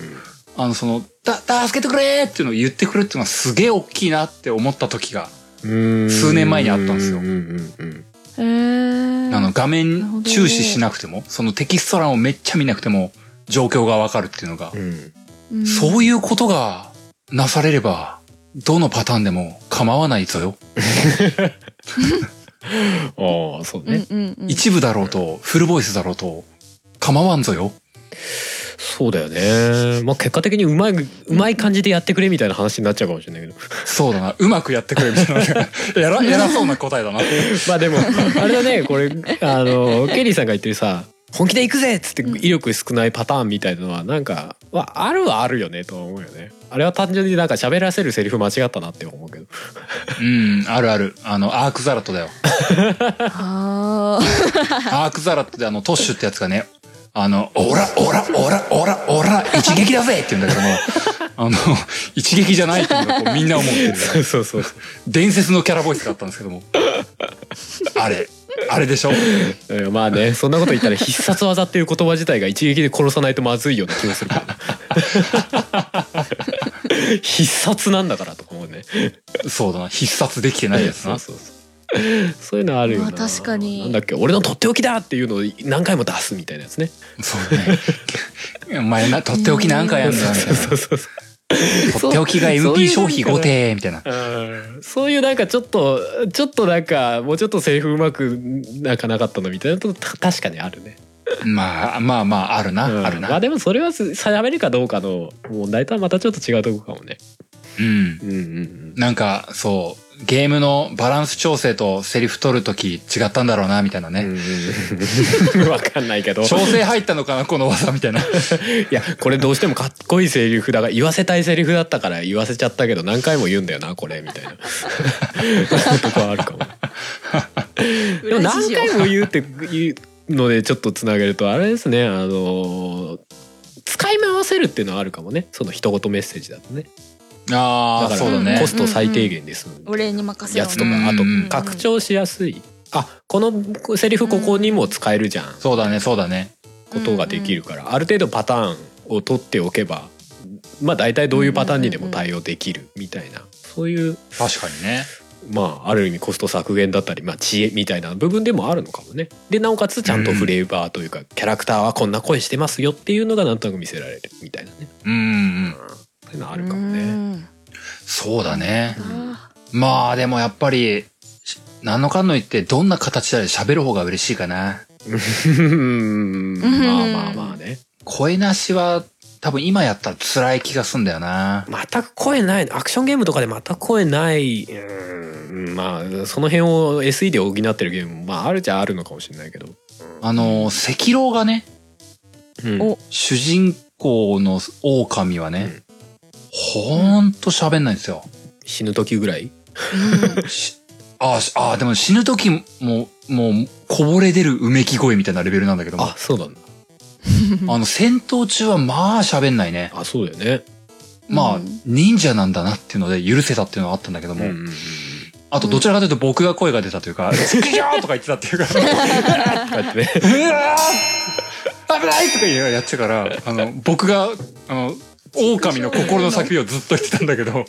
あの、その、た、助けてくれーっていうのを言ってくれるっていうのはすげえ大きいなって思った時が、うん数年前にあったんですようんうんうんあへえあの、画なるほ面ど注視しなくても、そのテキスト欄をめっちゃ見なくても、状況がわかるっていうのがう、んうんそういうことがなされれば、どのパターンでも構わないぞよ。ああそうね、うんうんうん一部だろうと、フルボイスだろうと、構わんぞよ。そうだよね。まあ結果的にうまい、うまい感じでやってくれみたいな話になっちゃうかもしれないけど。そうだな、うまくやってくれみたいな。 やら、やらそうな答えだな。 まあでも、あれだね、これ、あの、ケリーさんが言ってるさ、本気で行くぜっつって威力少ないパターンみたいなのは、なんか、まあ、あるはあるよねとは思うよね。あれは単純になんか喋らせるセリフ間違ったなって思うけど。うん、あるある。あの、アークザラットだ よ。あアークザラットであの、トッシュってやつがね、あの、オラ、オラ、オラ、オラ、オラ、一撃だぜって言うんだけども、 あの、一撃じゃないっていうのがこうみんな思ってる。 そうそうそう。伝説のキャラボイスだったんですけども。あれ、あれでしょうんまあね、そんなこと言ったら必殺技っていう言葉自体が一撃で殺さないとまずいような気もするけどね。 必殺なんだからとか思うね。そうだな、必殺できてないやつな。そうそうそうそういうのあるよな、まあ確かになんだっけ俺のとっておきだっていうのを何回も出すみたいなやつねそうね。お 前な、とっておきなんかやんだ、みたいそう そうそうそうな。とっておきがそうそうい MP う消費5定、みたいな。うんそういうなんかちょっとちょっとなんかもうちょっとセリフうまくなんかなかったのみたいなとた確かにあるね、まあまあまあ、あるな、うんあるまあな。でもそれはす喋るかどうかの問題とはまたちょっと違うとこかもねうん。うんうんうんなんか、そう、ゲームのバランス調整とセリフ取るとき違ったんだろうな、みたいなね。わかんない けど調整入ったのかな、この技、み たいな。いやこれどうしてもかっこいいセリフだが言わせたいセリフだったから言わせちゃったけど何回も言うんだよなこれみたい なとこはあるかもでも何回も言うっていうのでちょっとつなげるとあれですねあの使い回せるっていうのはあるかもねその一言メッセージだとねああ、だかそうだらねコ。スト最低限ですお礼に任せろやつとうんかあとうん拡張しやすいあこのセリフここにも使えるじゃんそうだね、そうだね。ことができるから、ある程度パターンを取っておけばまあ大体どういうパターンにでも対応できるみたいな、そういう確かにね。まあある意味コスト削減だったり、まあ、知恵みたいな部分でもあるのかもねでなおかつちゃんとフレーバーというか、キャラクターはこんな声してますよっていうのがなんとなく見せられるみたいなね、うんうんうん、そういうのああるかもね。そうだね。あまあでもやっぱり、し何のかんの言ってどんな形で喋る方が嬉しいかな。うんまあまあまあね声なしは多分今やったら辛い気がすんだよな。全く声ないアクションゲームとかで全く声ないうんまあその辺を SE で補ってるゲームもまああるじゃあるのかもしれないけど、あの、赤狼がね、うんお主人公の狼はね、ほんと喋んないんですよ。死ぬ時ぐらいしあしあ、でも死ぬ時も、もう、こぼれ出るうめき声みたいなレベルなんだけども、ああそうなんだの、戦闘中はまあ喋んないね。あそうだよねまあうん、忍者なんだなっていうので許せたっていうのはあったんだけどうも、んうんあとどちらかというと僕が声が出たというか、 スキャーとか言ってたっていうか、こうやってねうわー危ないとか言いながらやってた から、あの、僕が、あの、狼の心の叫びをずっと言ってたんだけど、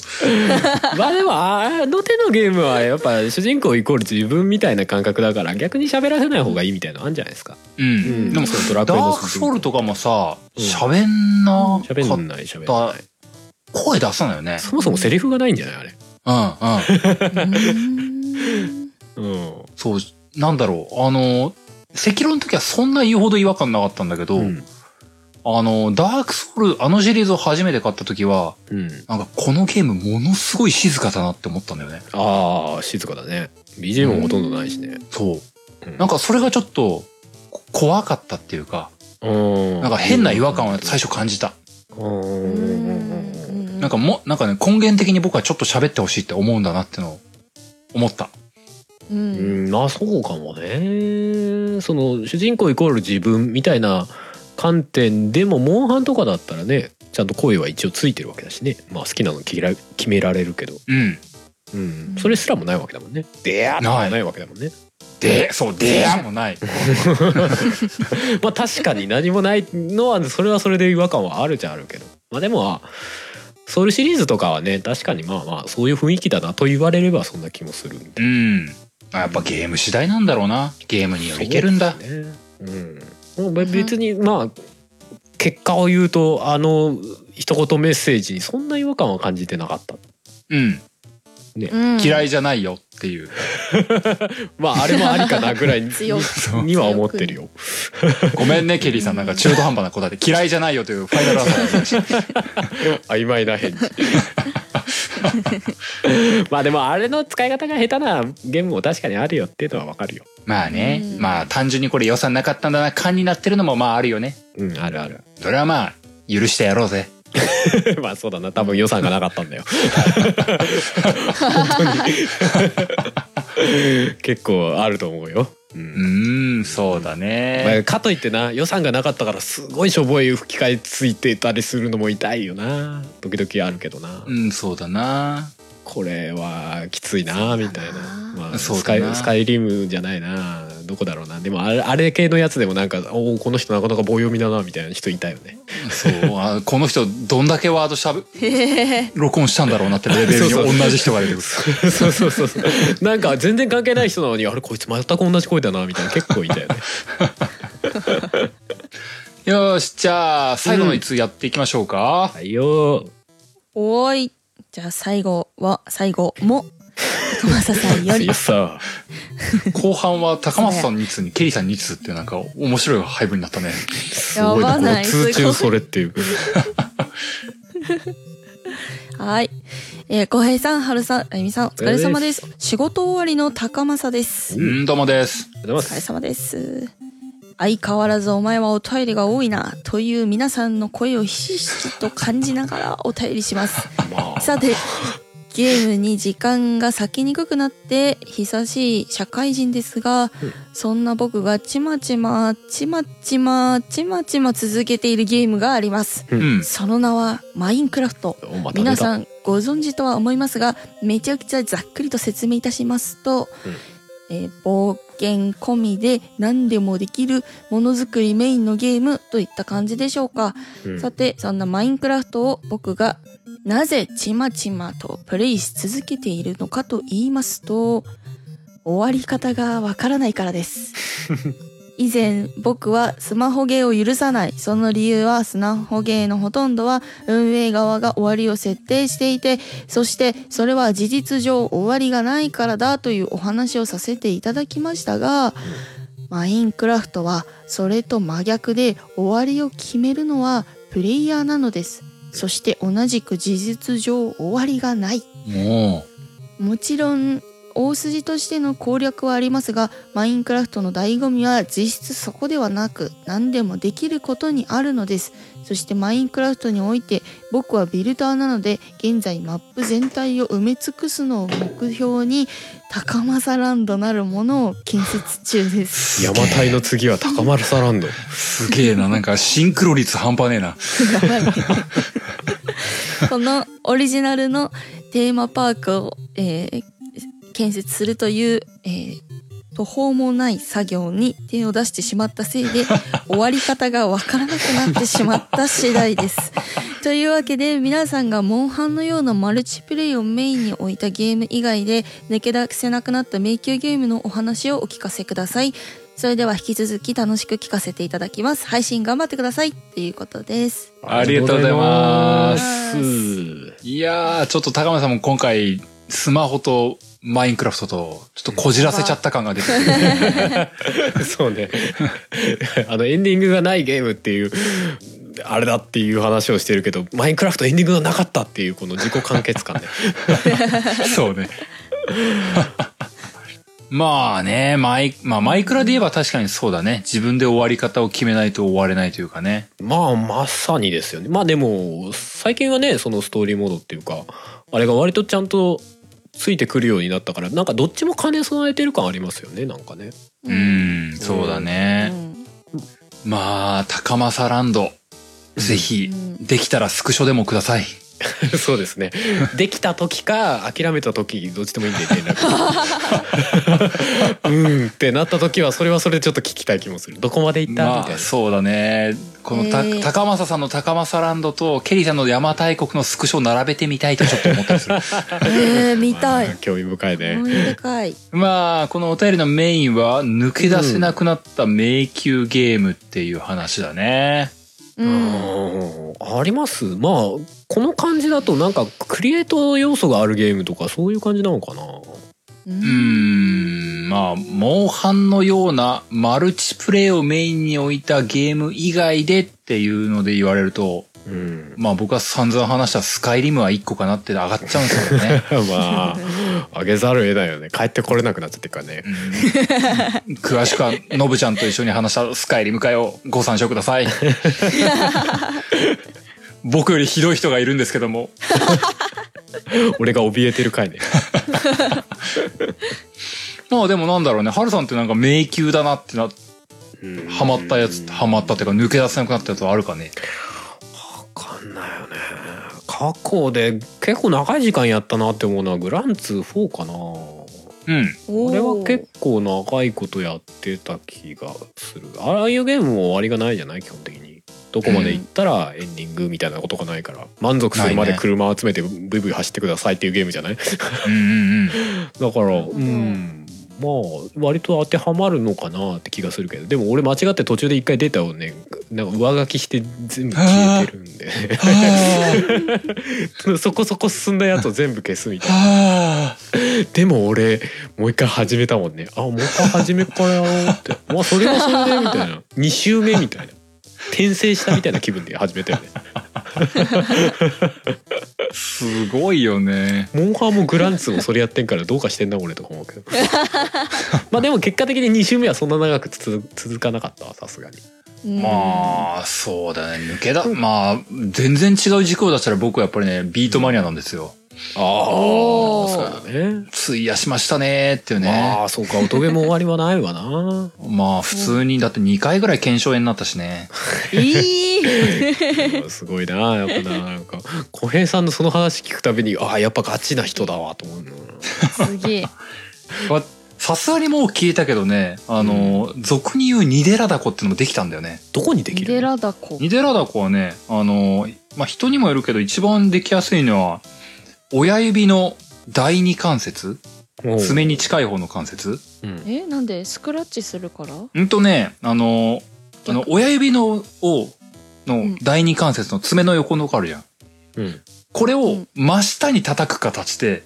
まあでもあの手のゲームはやっぱ主人公イコール自分みたいな感覚だから逆に喋らせない方がいいみたいなのあるんじゃないですか、う。うんでも、そうドラダーク主人ソウ公ルとかもさ、うん喋んなか喋んっない喋んたない、声出さないよね。そもそもセリフがないんじゃないあれうん うん。うんうんそう、なんだろう、あの、赤狼の時はそんな言うほど違和感なかったんだけど、うんあの、ダークソウル、あのシリーズを初めて買った時は、うんなんかこのゲームものすごい静かだなって思ったんだよね。ああ静かだね BGM もほとんどないしね、そうう。んなんかそれがちょっとこ怖かったっていうか、うんなんか変な違和感を最初感じた。うんなんかも、なんかね、根源的に僕はちょっと喋ってほしいって思うんだなってのを思った。ううんん、まあそうかもねその主人公イコール自分みたいな観点でもモンハンとかだったらねちゃんと声は一応ついてるわけだしねまあ好きなの決ら決められるけど、うん。うん、それすらもないわけだもんねでやーってないないわけだもんねで、そう、でやもない。まあ確かに何もないのはそれはそれで違和感はあるじゃあるけどまあでもソウルシリーズとかはね確かにまあまあそういう雰囲気だなと言われればそんな気もするみたいなうん。あやっぱゲーム次第なんだろうな。ゲームによりいけるんだ。うん、まあ別にまあ結果を言うとあの一言メッセージにそんな違和感は感じてなかった。うん。うん嫌いじゃないよっていう。まああれもありかなぐらいに強くには思ってるよ。ごめんね、ケリーさん。なんか中途半端な答えで嫌いじゃないよというファイナルアンサーです。曖昧な返事。 まあでもあれの使い方が下手なゲームも確かにあるよっていうのはわかるよ。まあね、うんまあ単純にこれ予算なかったんだな感になってるのもまああるよね。うんあるある。 それはまあ許してやろうぜ。まあそうだな多分予算がなかったんだ よ。本当に結構あると思うよ。ううんーん、そうだまね。あ、かといってな予算がなかったからすごいしょぼい吹き替えついてたりするのも痛いよな時々あるけどな、うん、そうだな。これはきついなみたいなそうだなまあ、そうスだカなイスカイリムじゃないなどこだろうなでもあれあれ系のやつでもなんかおおこの人なかなか棒読みだなみたいな人いたよねそうあこの人どんだけワードしゃべ 録音したんだろうなってレベルにそう同そうじ人が出てくるそうそうそうそうなんか全然関係ない人なのにあれこいつ全く同じ声だなみたいな結構いたよねよーしじゃあ最後の一通やっていきましょうか、はいよおーいじゃあ最後は最後も高政さんよりよさ 後半は高松さん2通にケリーさん2通っていうなんか面白い配分になったねすやごいばなない通すご中いそれっていうはいえー、小平さん春さんあゆみさんお疲れ様です仕事終わりの高政ですうんどうもですありがとうごおざい疲まれす様です。相変わらずお前はお便りが多いな、という皆さんの声をひしひしと感じながらお便りします。まあさて、ゲームに時間が割きにくくなって、久しい社会人ですが、そんな僕がちまちま、ちまちま、ちまちま続けているゲームがあります。ううんんその名は、マインクラフト。おまた出た皆さんご存知とは思いますがめちゃくちゃざっくりと説明いたしますと、えー冒険込みで何でもできるものづくりメインのゲームといった感じでしょうか、うんさてそんなマインクラフトを僕がなぜちまちまとプレイし続けているのかと言いますと終わり方がわからないか らです。以前僕はスマホゲーを許さないその理由はスマホゲーのほとんどは運営側が終わりを設定していてそしてそれは事実上終わりがないからだというお話をさせていただきましたがマインクラフトはそれと真逆で終わりを決めるのはプレイヤーなのですそして同じく事実上終わりがないももちろん大筋としての攻略はありますがマインクラフトの醍醐味は実質そこではなく何でもできることにあるのですそしてマインクラフトにおいて僕はビルダーなので現在マップ全体を埋め尽くすのを目標に高政ランドなるものを建設中でうす邪馬台の次は高丸サランドすげえななんかシンクロ率半端ねえなやばい このオリジナルのテーマパークを、えー建設するという、えー途方もない作業に手を出してしまったせいで終わり方がわからなくなってしまった次第です。 というわけで皆さんがモンハンのようなマルチプレイをメインに置いたゲーム以外で抜け出せなくなった迷宮ゲームのお話をお聞かせください。それでは引き続き楽しく聞かせていただきます。配信頑張ってくださいということです。ありがとうございますいやーちょっと高村さんも今回スマホとマインクラフトとちょっとこじらせちゃった感が出てる そうねあのエンディングがないゲームっていうあれだっていう話をしてるけどマインクラフトエンディングがなかったっていうこの自己完結感ね そうね。 まあね、マイ、まあマイクラで言えば確かにそうだね。自分で終わり方を決めないと終われないというかね。まあまさにですよねまあでも最近はねそのストーリーモードっていうかあれが割とちゃんとついてくるようになったからなんかどっちも兼ね備えてる感ありますよねなんかね う。ん、そうだね。まあ、高政ランド。ぜひう、んできたらスクショでもください。そうですね。できた時か諦めた時どっちでもいいんで連絡。 うんってなった時はそれはそれでちょっと聞きたい気もする。どこまで行った、みまたいあ、な。そうだね。このた、えー高政さんの高政ランドと、ケリーさんの山大国のスクショを並べてみたいとちょっと思ったりする。えー、見たい。興味深いね思。い出深い。まあ、このお便りのメインは、抜け出せなくなった迷宮ゲームっていう話だね。うん。うんあります。まあこの感じだとなんかクリエイト要素があるゲームとかそういう感じなのかな。ううーんまあ、モンハンのようなマルチプレイをメインに置いたゲーム以外でっていうので言われると、うん。。まあ僕は散々話したスカイリムは1個かなって上がっちゃうんですよね まああげざるを得ないよね。帰ってこれなくなっちゃってるからね。うん詳しくは、ノブちゃんと一緒に話したスカイリム会をご参照ください。僕よりひどい人がいるんですけども。俺が怯えてる回ね。まあでもなんだろうね、ハルさんってなんか迷宮だなってな、うんハマったやつ、ハマったっていうか抜け出せなくなったやつはあるかね。わかんないよね過去で結構長い時間やったなって思うのはグランツー4かなうん。おーこれは結構長いことやってた気がするああいうゲームも終わりがないじゃない基本的にどこまで行ったらエンディングみたいなことがないから満足するまで車集めてブイブイ走ってくださいっていうゲームじゃない うんうんうん。だからほうどんまあ割と当てはまるのかなって気がするけどでも俺間違って途中で一回データをねなんか上書きして全部消えてるんで はそこそこ進んだやつを全部消すみたいなあ。はあ。でも俺もう一回始めたもんねあもう一回始めっからやろうって まあそれはそれでみたいな2周目みたいな転生したみたいな気分で始めたよねすごいよね。モンハンもグランツーもそれやってんからどうかしてんな俺とか思うけど まあでも結果的に2周目はそんな長くつ続かなかったわさすがにうんまあ、そうだね。抜けだ。まあ、全然違う軸を出したら僕はやっぱりね、ビートマニアなんですよ。あおーそうだね費やしましたねーっていうね。まあそうか音ゲーも終わりはないわなまあ、普通に、だって2回ぐらい検証炎になったしね。いいすごいなやっぱななんか小平さんのその話聞くたびにああやっぱガチな人だわと思うなすげえ まあさすがにもう消えたけどね、あの、俗に言うニデラダコってのもできたんだよね。どこにできニるデラダコニデラダコはね、あの、まあ、人にもよるけど、一番できやすいのは、親指の第二関節おう爪に近い方の関節うんえなんでスクラッチするからううんとね、あの、あの親指の、を、のん第二関節の爪の横のとこあるじゃん。うんこれうをん真下に叩く形で、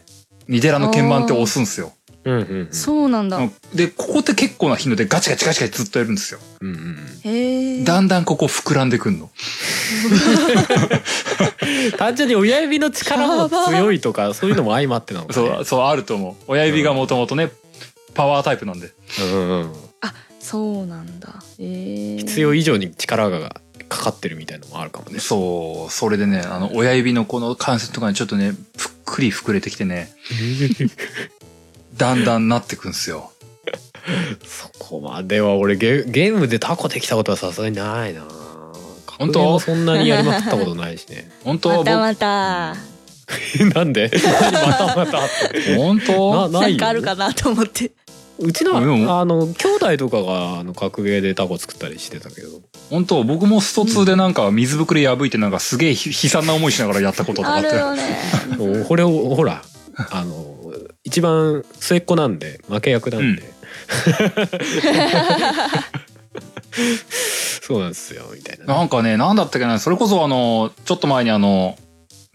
ニデラの鍵盤って押すんですよ。うんうんそうなんだうんで、ここって結構な頻度でガチガチガチガチずっとやるんですよ。うんうんへえだんだんここ膨らんでくんの。うん単純に親指の力も強いとかそういうのも相まってなのかねそう、そう、あると思う。親指がもともとね、パワータイプなんで。うんうんうんそうなんだへえ必要以上に力がかかってるみたいのもあるかもねそう、それでね、あの、親指のこの関節とかにちょっとね、ぷっくり膨れてきてね、だんだんなってくんすよ。そこまでは俺ゲゲームでタコできたことはさすがにないな本当格ゲーもそんなにやりまくったことないしね本当はまた僕、ま たなんで何 またまたって本 な当なないんよかあるかなと思ってうちのうんあの兄弟とかがあの格ゲーでタコ作ったりしてたけど本当僕もスト2でなんか水ぶくれ破いてなんかすげえひ 悲惨な思いしながらやったこととかあってる。よ ねおこれをほらあの一番末っ子なんで負け役なんで、そうなんですよみたいなね、なんかね、なんだったっけな、それこそあの、ちょっと前にあの、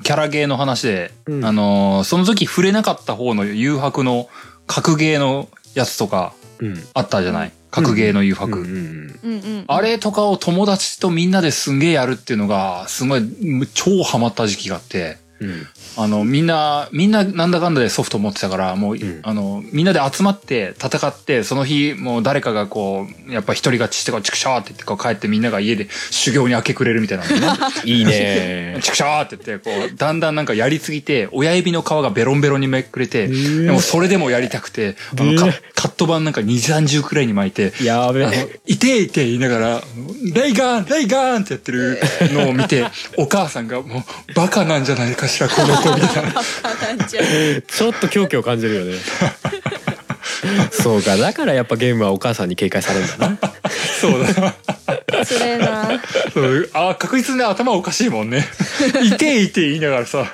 キャラゲーの話で、うんあの、その時触れなかった方の誘白の格ゲーのやつとかうんあったじゃない格ゲーの誘うん白。うんうんうんあれとかを友達とみんなですんげえやるっていうのが、すごい、む超ハマった時期があって、うんあの、みんな、みんななんだかんだでソフト持ってたから、もう、んあの、みんなで集まって戦って、その日、もう誰かがこう、やっぱ一人勝ちして、こう、チクシャーって言って、こう帰ってみんなが家で修行に明け暮れるみた いなのね、いいねチクシャーって言って、こう、だんだんなんかやりすぎて、親指の皮がベロンベロンにめくれて、でもそれでもやりたくて、あの、カカット版なんか2、30くらいに巻いて、やべえいていて言いながら、レイガンレイガンってやってるのを見て、お母さんがもう、バカなんじゃないかしら、この子みたいな。なん ちゃうちょっと狂気を感じるよ ねそうかだからやっぱゲームはお母さんに警戒されるんだなそうだな。つれえなそうあー確実に頭おかしいもん ね。いていて言いながらさ。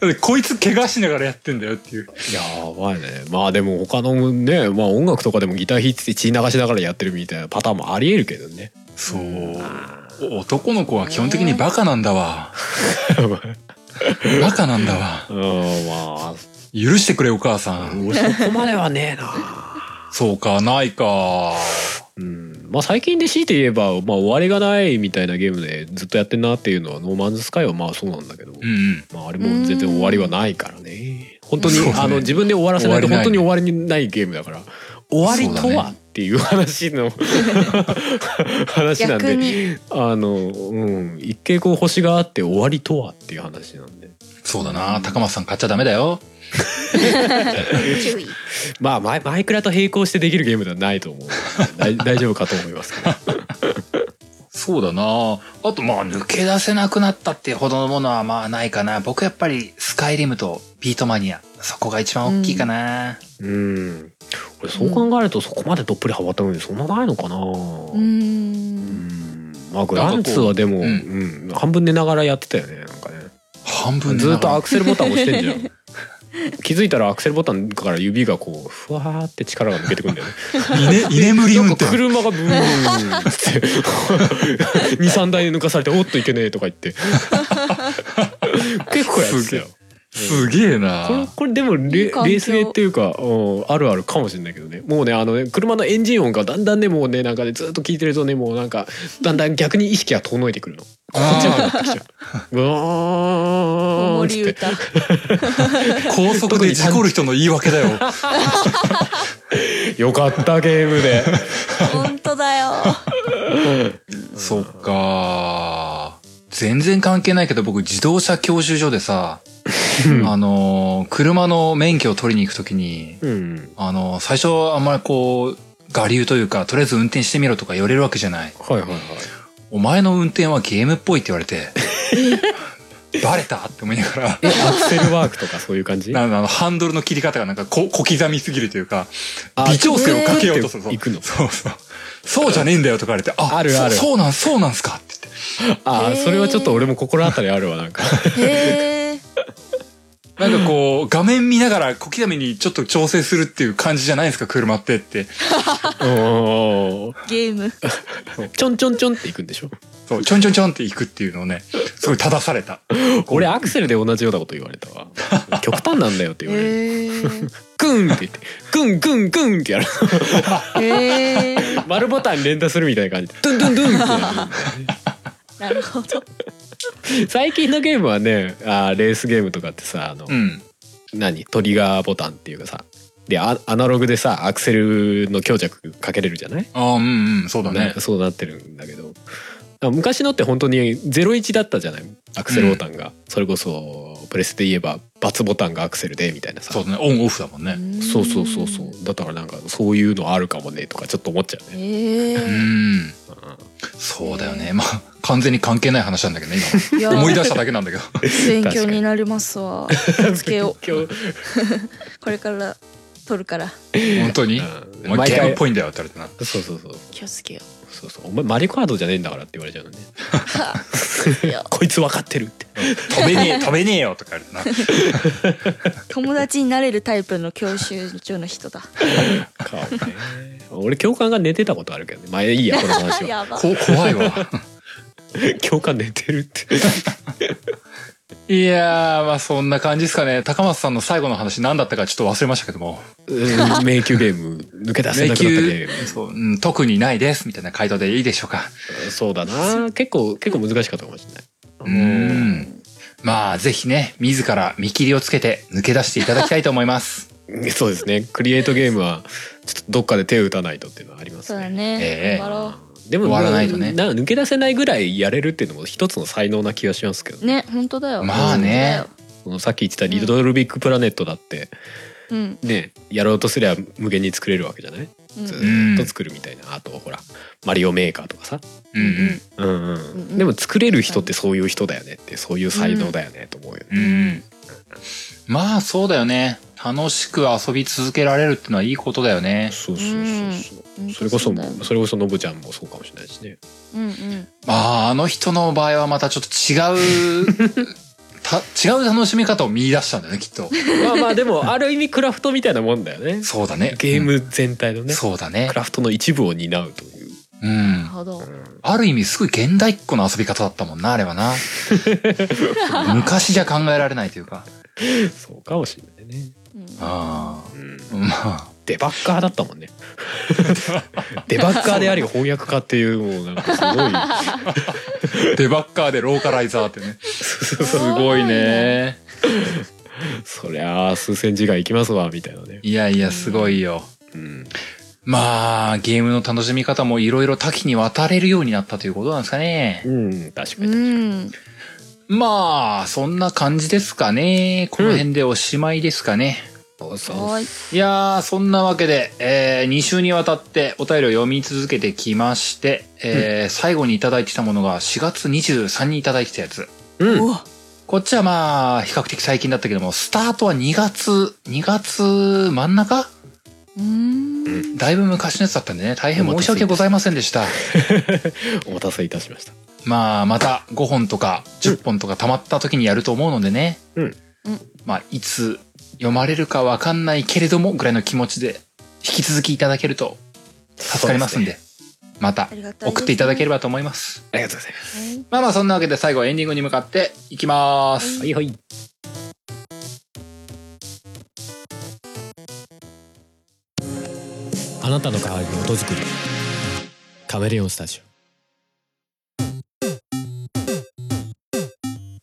だってこいつ怪我しながらやってんだよっていう。やばいねまあでも他のね、まあ、音楽とかでもギター弾いてて血流しながらやってるみたいなパターンもありえるけどねそう。お男の子は基本的にバカなんだわ。バカなんだわ。うんまあ許してくれ、お母さん。俺そこまではねえな。そうか、ないか。うん、まあ最近で強いて言えば、まあ、終わりがないみたいなゲームでずっとやってんなっていうのは「ノーマンズスカイ」はまあそうなんだけど、うんまあ、あれも全然終わりはないからね本当に、そうねあの自分で終わらせないと終わりない本当に終わりないゲームだから終わりとそうだは、ねっていう話の話なん逆でにあの、うん、一見こう星があって終わりとはっていう話なんうでん。そうだな。高松さん買っちゃダメだよ。注意まあマイマ イクラと並行してできるゲームではないと思うので大大丈夫かと思いますけどそうだなあとまあ抜け出せなくなったってほどのものはまあないかな。僕やっぱりスカイリムとビートマニア。そこが一番大きいかな。うん俺そう考えるとそこまでどっぷりハマったのにそんなないのかなううんまあグランツはでも、ううんん半分寝ながらやってたよねなんかね半分でずっと長アいクセルボタン押してんじゃん 気づいたらアクセルボタンから指がこうふわーって力が抜けてくんだ よね 居ね居眠り運なん転か。車がブーンって23 台抜かされて「おっといけねえ」とか言って 結構やってたよすげえなこれこれでもレいい環境レースゲーっていうか、うんあるあるかもしれないけどねもうねあのね車のエンジン音がだんだんねもうねなんかねずっと聞いてるとねもうなんかだんだん逆に意識が遠のいてくるの。こっちまでなってきちゃ う。う子わーんっ守つって歌高速で事故る人の言い訳だよ。よかったゲームで。 本当だよそっか全然関係ないけど僕自動車教習所で さ、あのー車の免許を取りに行くときに、うん。あのー最初あんまりこう、我流というか、とりあえず運転してみろとか言われるわけじゃない。はいはいはい。お前の運転はゲームっぽいって言われ て、バレたって思いながら、アクセルワークとかそういう感じ？なんかあのハンドルの切り方がなんか小小刻みすぎるというか、あ微調整をかけようとする。行くのそうそう。そうじゃねえんだよとか言われて、あ、あるあるそうそうなん、そうなんすかって言って。あーそれはちょっと俺も心当たりあるわなんか。へえなんかこう、画面見ながら小刻みにちょっと調整するっていう感じじゃないですか、車ってって。うん ゲームちょんちょんちょんって行くんでしょ？そう、ちょんちょんちょんって行くっていうのをね、すごい正された。俺アクセルで同じようなこと言われたわ。極端なんだよって言われる。へえクンって言って、クンクンクンってやる。へえ丸ボタン連打するみたいな感じで、ドゥンドゥンドゥンってやなるほどる。最近のゲームはね、あーレースゲームとかってさ、あの、うん。何トリガーボタンっていうかさ、でアアナログでさアクセルの強弱かけれるじゃない？ああ、うんうん、そうだなんねか。そうなってるんだけど。昔のって本当に01だったじゃないアクセルボタンが、それこそプレスで言えば×ボタンがアクセルでみたいなさそうだね、オンオフだもんね。そうそうそうそうだからなんかそういうのあるかもねとかちょっと思っちゃうねへうえん。そうだよね。まあ、完全に関係ない話なんだけどね、い今やの。思い出しただけなんだけど。勉強になりますわつけよう今日これから取るから本当にうんお前毎ゲ回ームっぽいんだよって言われてな。そうそうそう気をつけよそうそうお前マリカードじゃねえんだからって言われちゃうのねういや こいつ分かってるって飛べねえ、飛べねえよとか言われてな。友達になれるタイプの教習所の人だ顔ね俺教官が寝てたことあるけどねまあいいやこの 話はやばこ怖いわ。教官寝てるっていやー、まあそんな感じですかね。高松さんの最後の話何だったかちょっと忘れましたけども。うん迷宮ゲーム抜け出せなくなったゲームそう、うん、特にないですみたいな回答でいいでしょうか。そうだな結構結構難しかったかもしれないうーん。まあ、ぜひね、自ら見切りをつけて抜け出していただきたいと思います。うんそうですねクリエイトゲームはちょっとどっかで手を打たないとっていうのはありますそうだねええね頑張ろでも終わらないとねんか抜け出せないぐらいやれるっていうのも一つの才能な気がしますけどうね本当だよまあねそのさっき言ってた「リドルビッグプラネット」だってうんねやろうとすりゃ無限に作れるわけじゃないうんずうーっと作るみたいなあとほら「マリオメーカー」とかさうんんうんううんうんんでも作れる人ってそういう人だよねってそういう才能だよねと思うよねうん。うん。まあ、そうだよね。楽しく遊び続けられるってのはいいことだよね。そうそうそうそううんそれこそ本当そうだよそれこそのぶちゃんもそうかもしれないしねうんうんまあ、あの人の場合はまたちょっと違う、 た違う楽しみ方を見出したんだよね、きっと。まあまあでもある意味クラフトみたいなもんだよねそうだね。ゲーム全体のうんねそうだねク。ラフトの一部を担うといううなんる。ほどある意味すごい現代っ子の遊び方だったもんな、あれは な。昔じゃ考えられないというか。そうかもしれないねうんあうんあ。まあ。デバッカーだったもんねデバッカーであり翻訳家っていうもうなんかすごいデバッカーでローカライザーってね。 すごいね。そりゃあ数千字がいきますわみたいなね、いやいや、すごいよ。うん、まあ、ゲームの楽しみ方もいろいろ多岐にわたれるようになったということなんですかね。うん、確かうに、んまあ、そんな感じですかね。この辺でおしまいですかね。そうそう。はい。いやー、そんなわけで、え2週にわたってお便りを読み続けてきまして、えー最後にいただいてきたものが4月23にいただいてきたやつ。うん。 おこっちはまあ、比較的最近だったけども、スタートは2月、2月真ん中うーん。だいぶ昔のやつだったんでね、大変申し訳ございませんでした。お待たせいたしました。まあ、また5本とか10本とか溜まった時にやると思うのでね。うんうんまあ、いつ読まれるかわかんないけれども、ぐらいの気持ちで、引き続きいただけると助かりますんで、またありがたいですね送っていただければと思います。ありがとうございます。はいまあまあ、そんなわけで最後はエンディングに向かっていきます。はいはい。あなたの代わりに音作り。カメレオンスタジ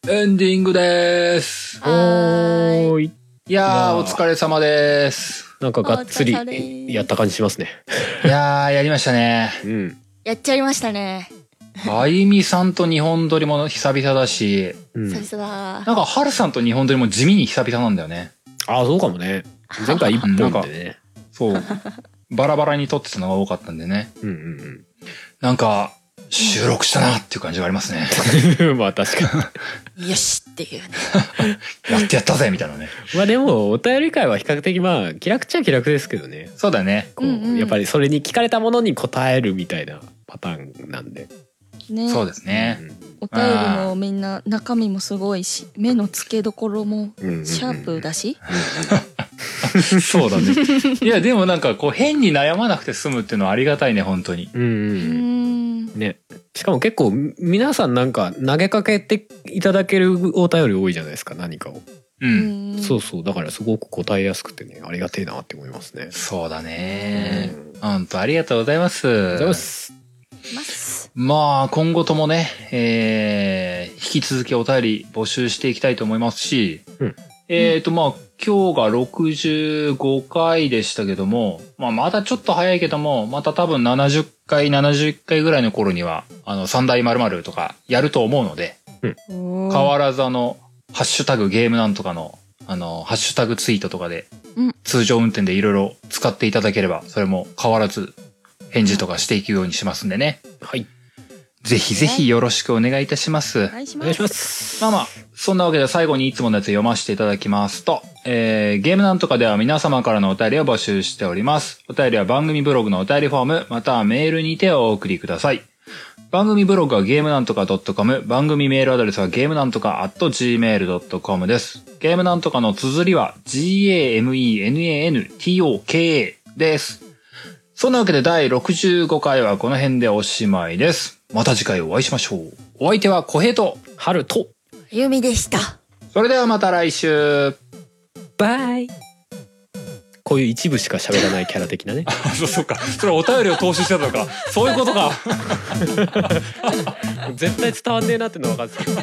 エンディングです。オ。はーい。ーい。いやー、わあお疲れ様です。なんかがっつお疲れりやった感じしますね。いやー、やりましたね。うん。やっちゃいましたね。あゆみさんと日本撮りも久々だし、うん、久々だ。なんか、はるさんと日本撮りも地味に久々なんだよね。ああそうかもね。前回一本でね。そう。バラバラに撮ってたのが多かったんでね。うんうんなんか、収録したなっていう感じがありますね。うん。 まあ確かに。よしっていうね。やってやったぜみたいなね。まあでもお便り会は比較的まあ気楽っちゃ気楽ですけどね。そうだね。こううんうんやっぱりそれに聞かれたものに答えるみたいなパターンなんで。ねそうですね。お便りもみんな中身もすごいし、目の付けどころもうんうんうんシャープだし。そうだね。いや、でもなんか、こう、変に悩まなくて済むっていうのはありがたいね、本当に。うんううーん。ん。ね。しかも結構皆さんなんか投げかけていただけるお便り多いじゃないですか何かを。う。うんんそうそうだからすごく答えやすくてねありがてえなって思いますね。そうだえね。本当ありがとうございます。ありがとありがとうございま。す。ます。まあ、今後ともね、えー、引き続きお便り募集していきたいと思いますし、うんえっ、と、まあ、今日が65回でしたけども、まあ、まだちょっと早いけども、また多分70回、71回ぐらいの頃には、あの、三大〇〇とかやると思うので、変変わらずあの、ハッシュタグゲームなんとかの、あの、ハッシュタグツイートとかで、うん通常運転でいろいろ使っていただければ、それも変わらず返事とかしていくようにしますんでね。はいぜひぜひよろしくお願いいたしますお。願いしおま願いしす。ます。まあまあ、そんなわけで最後にいつものやつ読ませていただきますと、えー、ゲームなんとかでは皆様からのお便りを募集しております。お便りは番組ブログのお便りフォーム、またはメールにてお送りください。番組ブログはゲームなんとか .com、番組メールアドレスはゲームなんとか .gmail.com です。ゲームなんとかの綴りは g-a-m-e-n-a-n-t-o-k-a です。そんなわけで第65回はこの辺でおしまいです。また次回お会いしましょう。お相手は小平と、春とゆみでした。それではまた来週。バイこういう一部しか喋らないキャラ的なねあ、そうそうか。それお便りを投資してたのか。そういうことか。絶対伝わんねえなってのは分かってた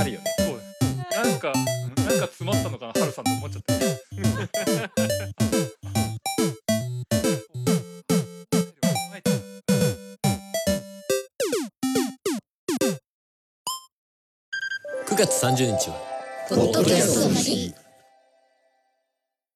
あるよねなんか、なんか詰まったのかな、ハルさんと思っちゃった。 9月30日はポッドキャストの日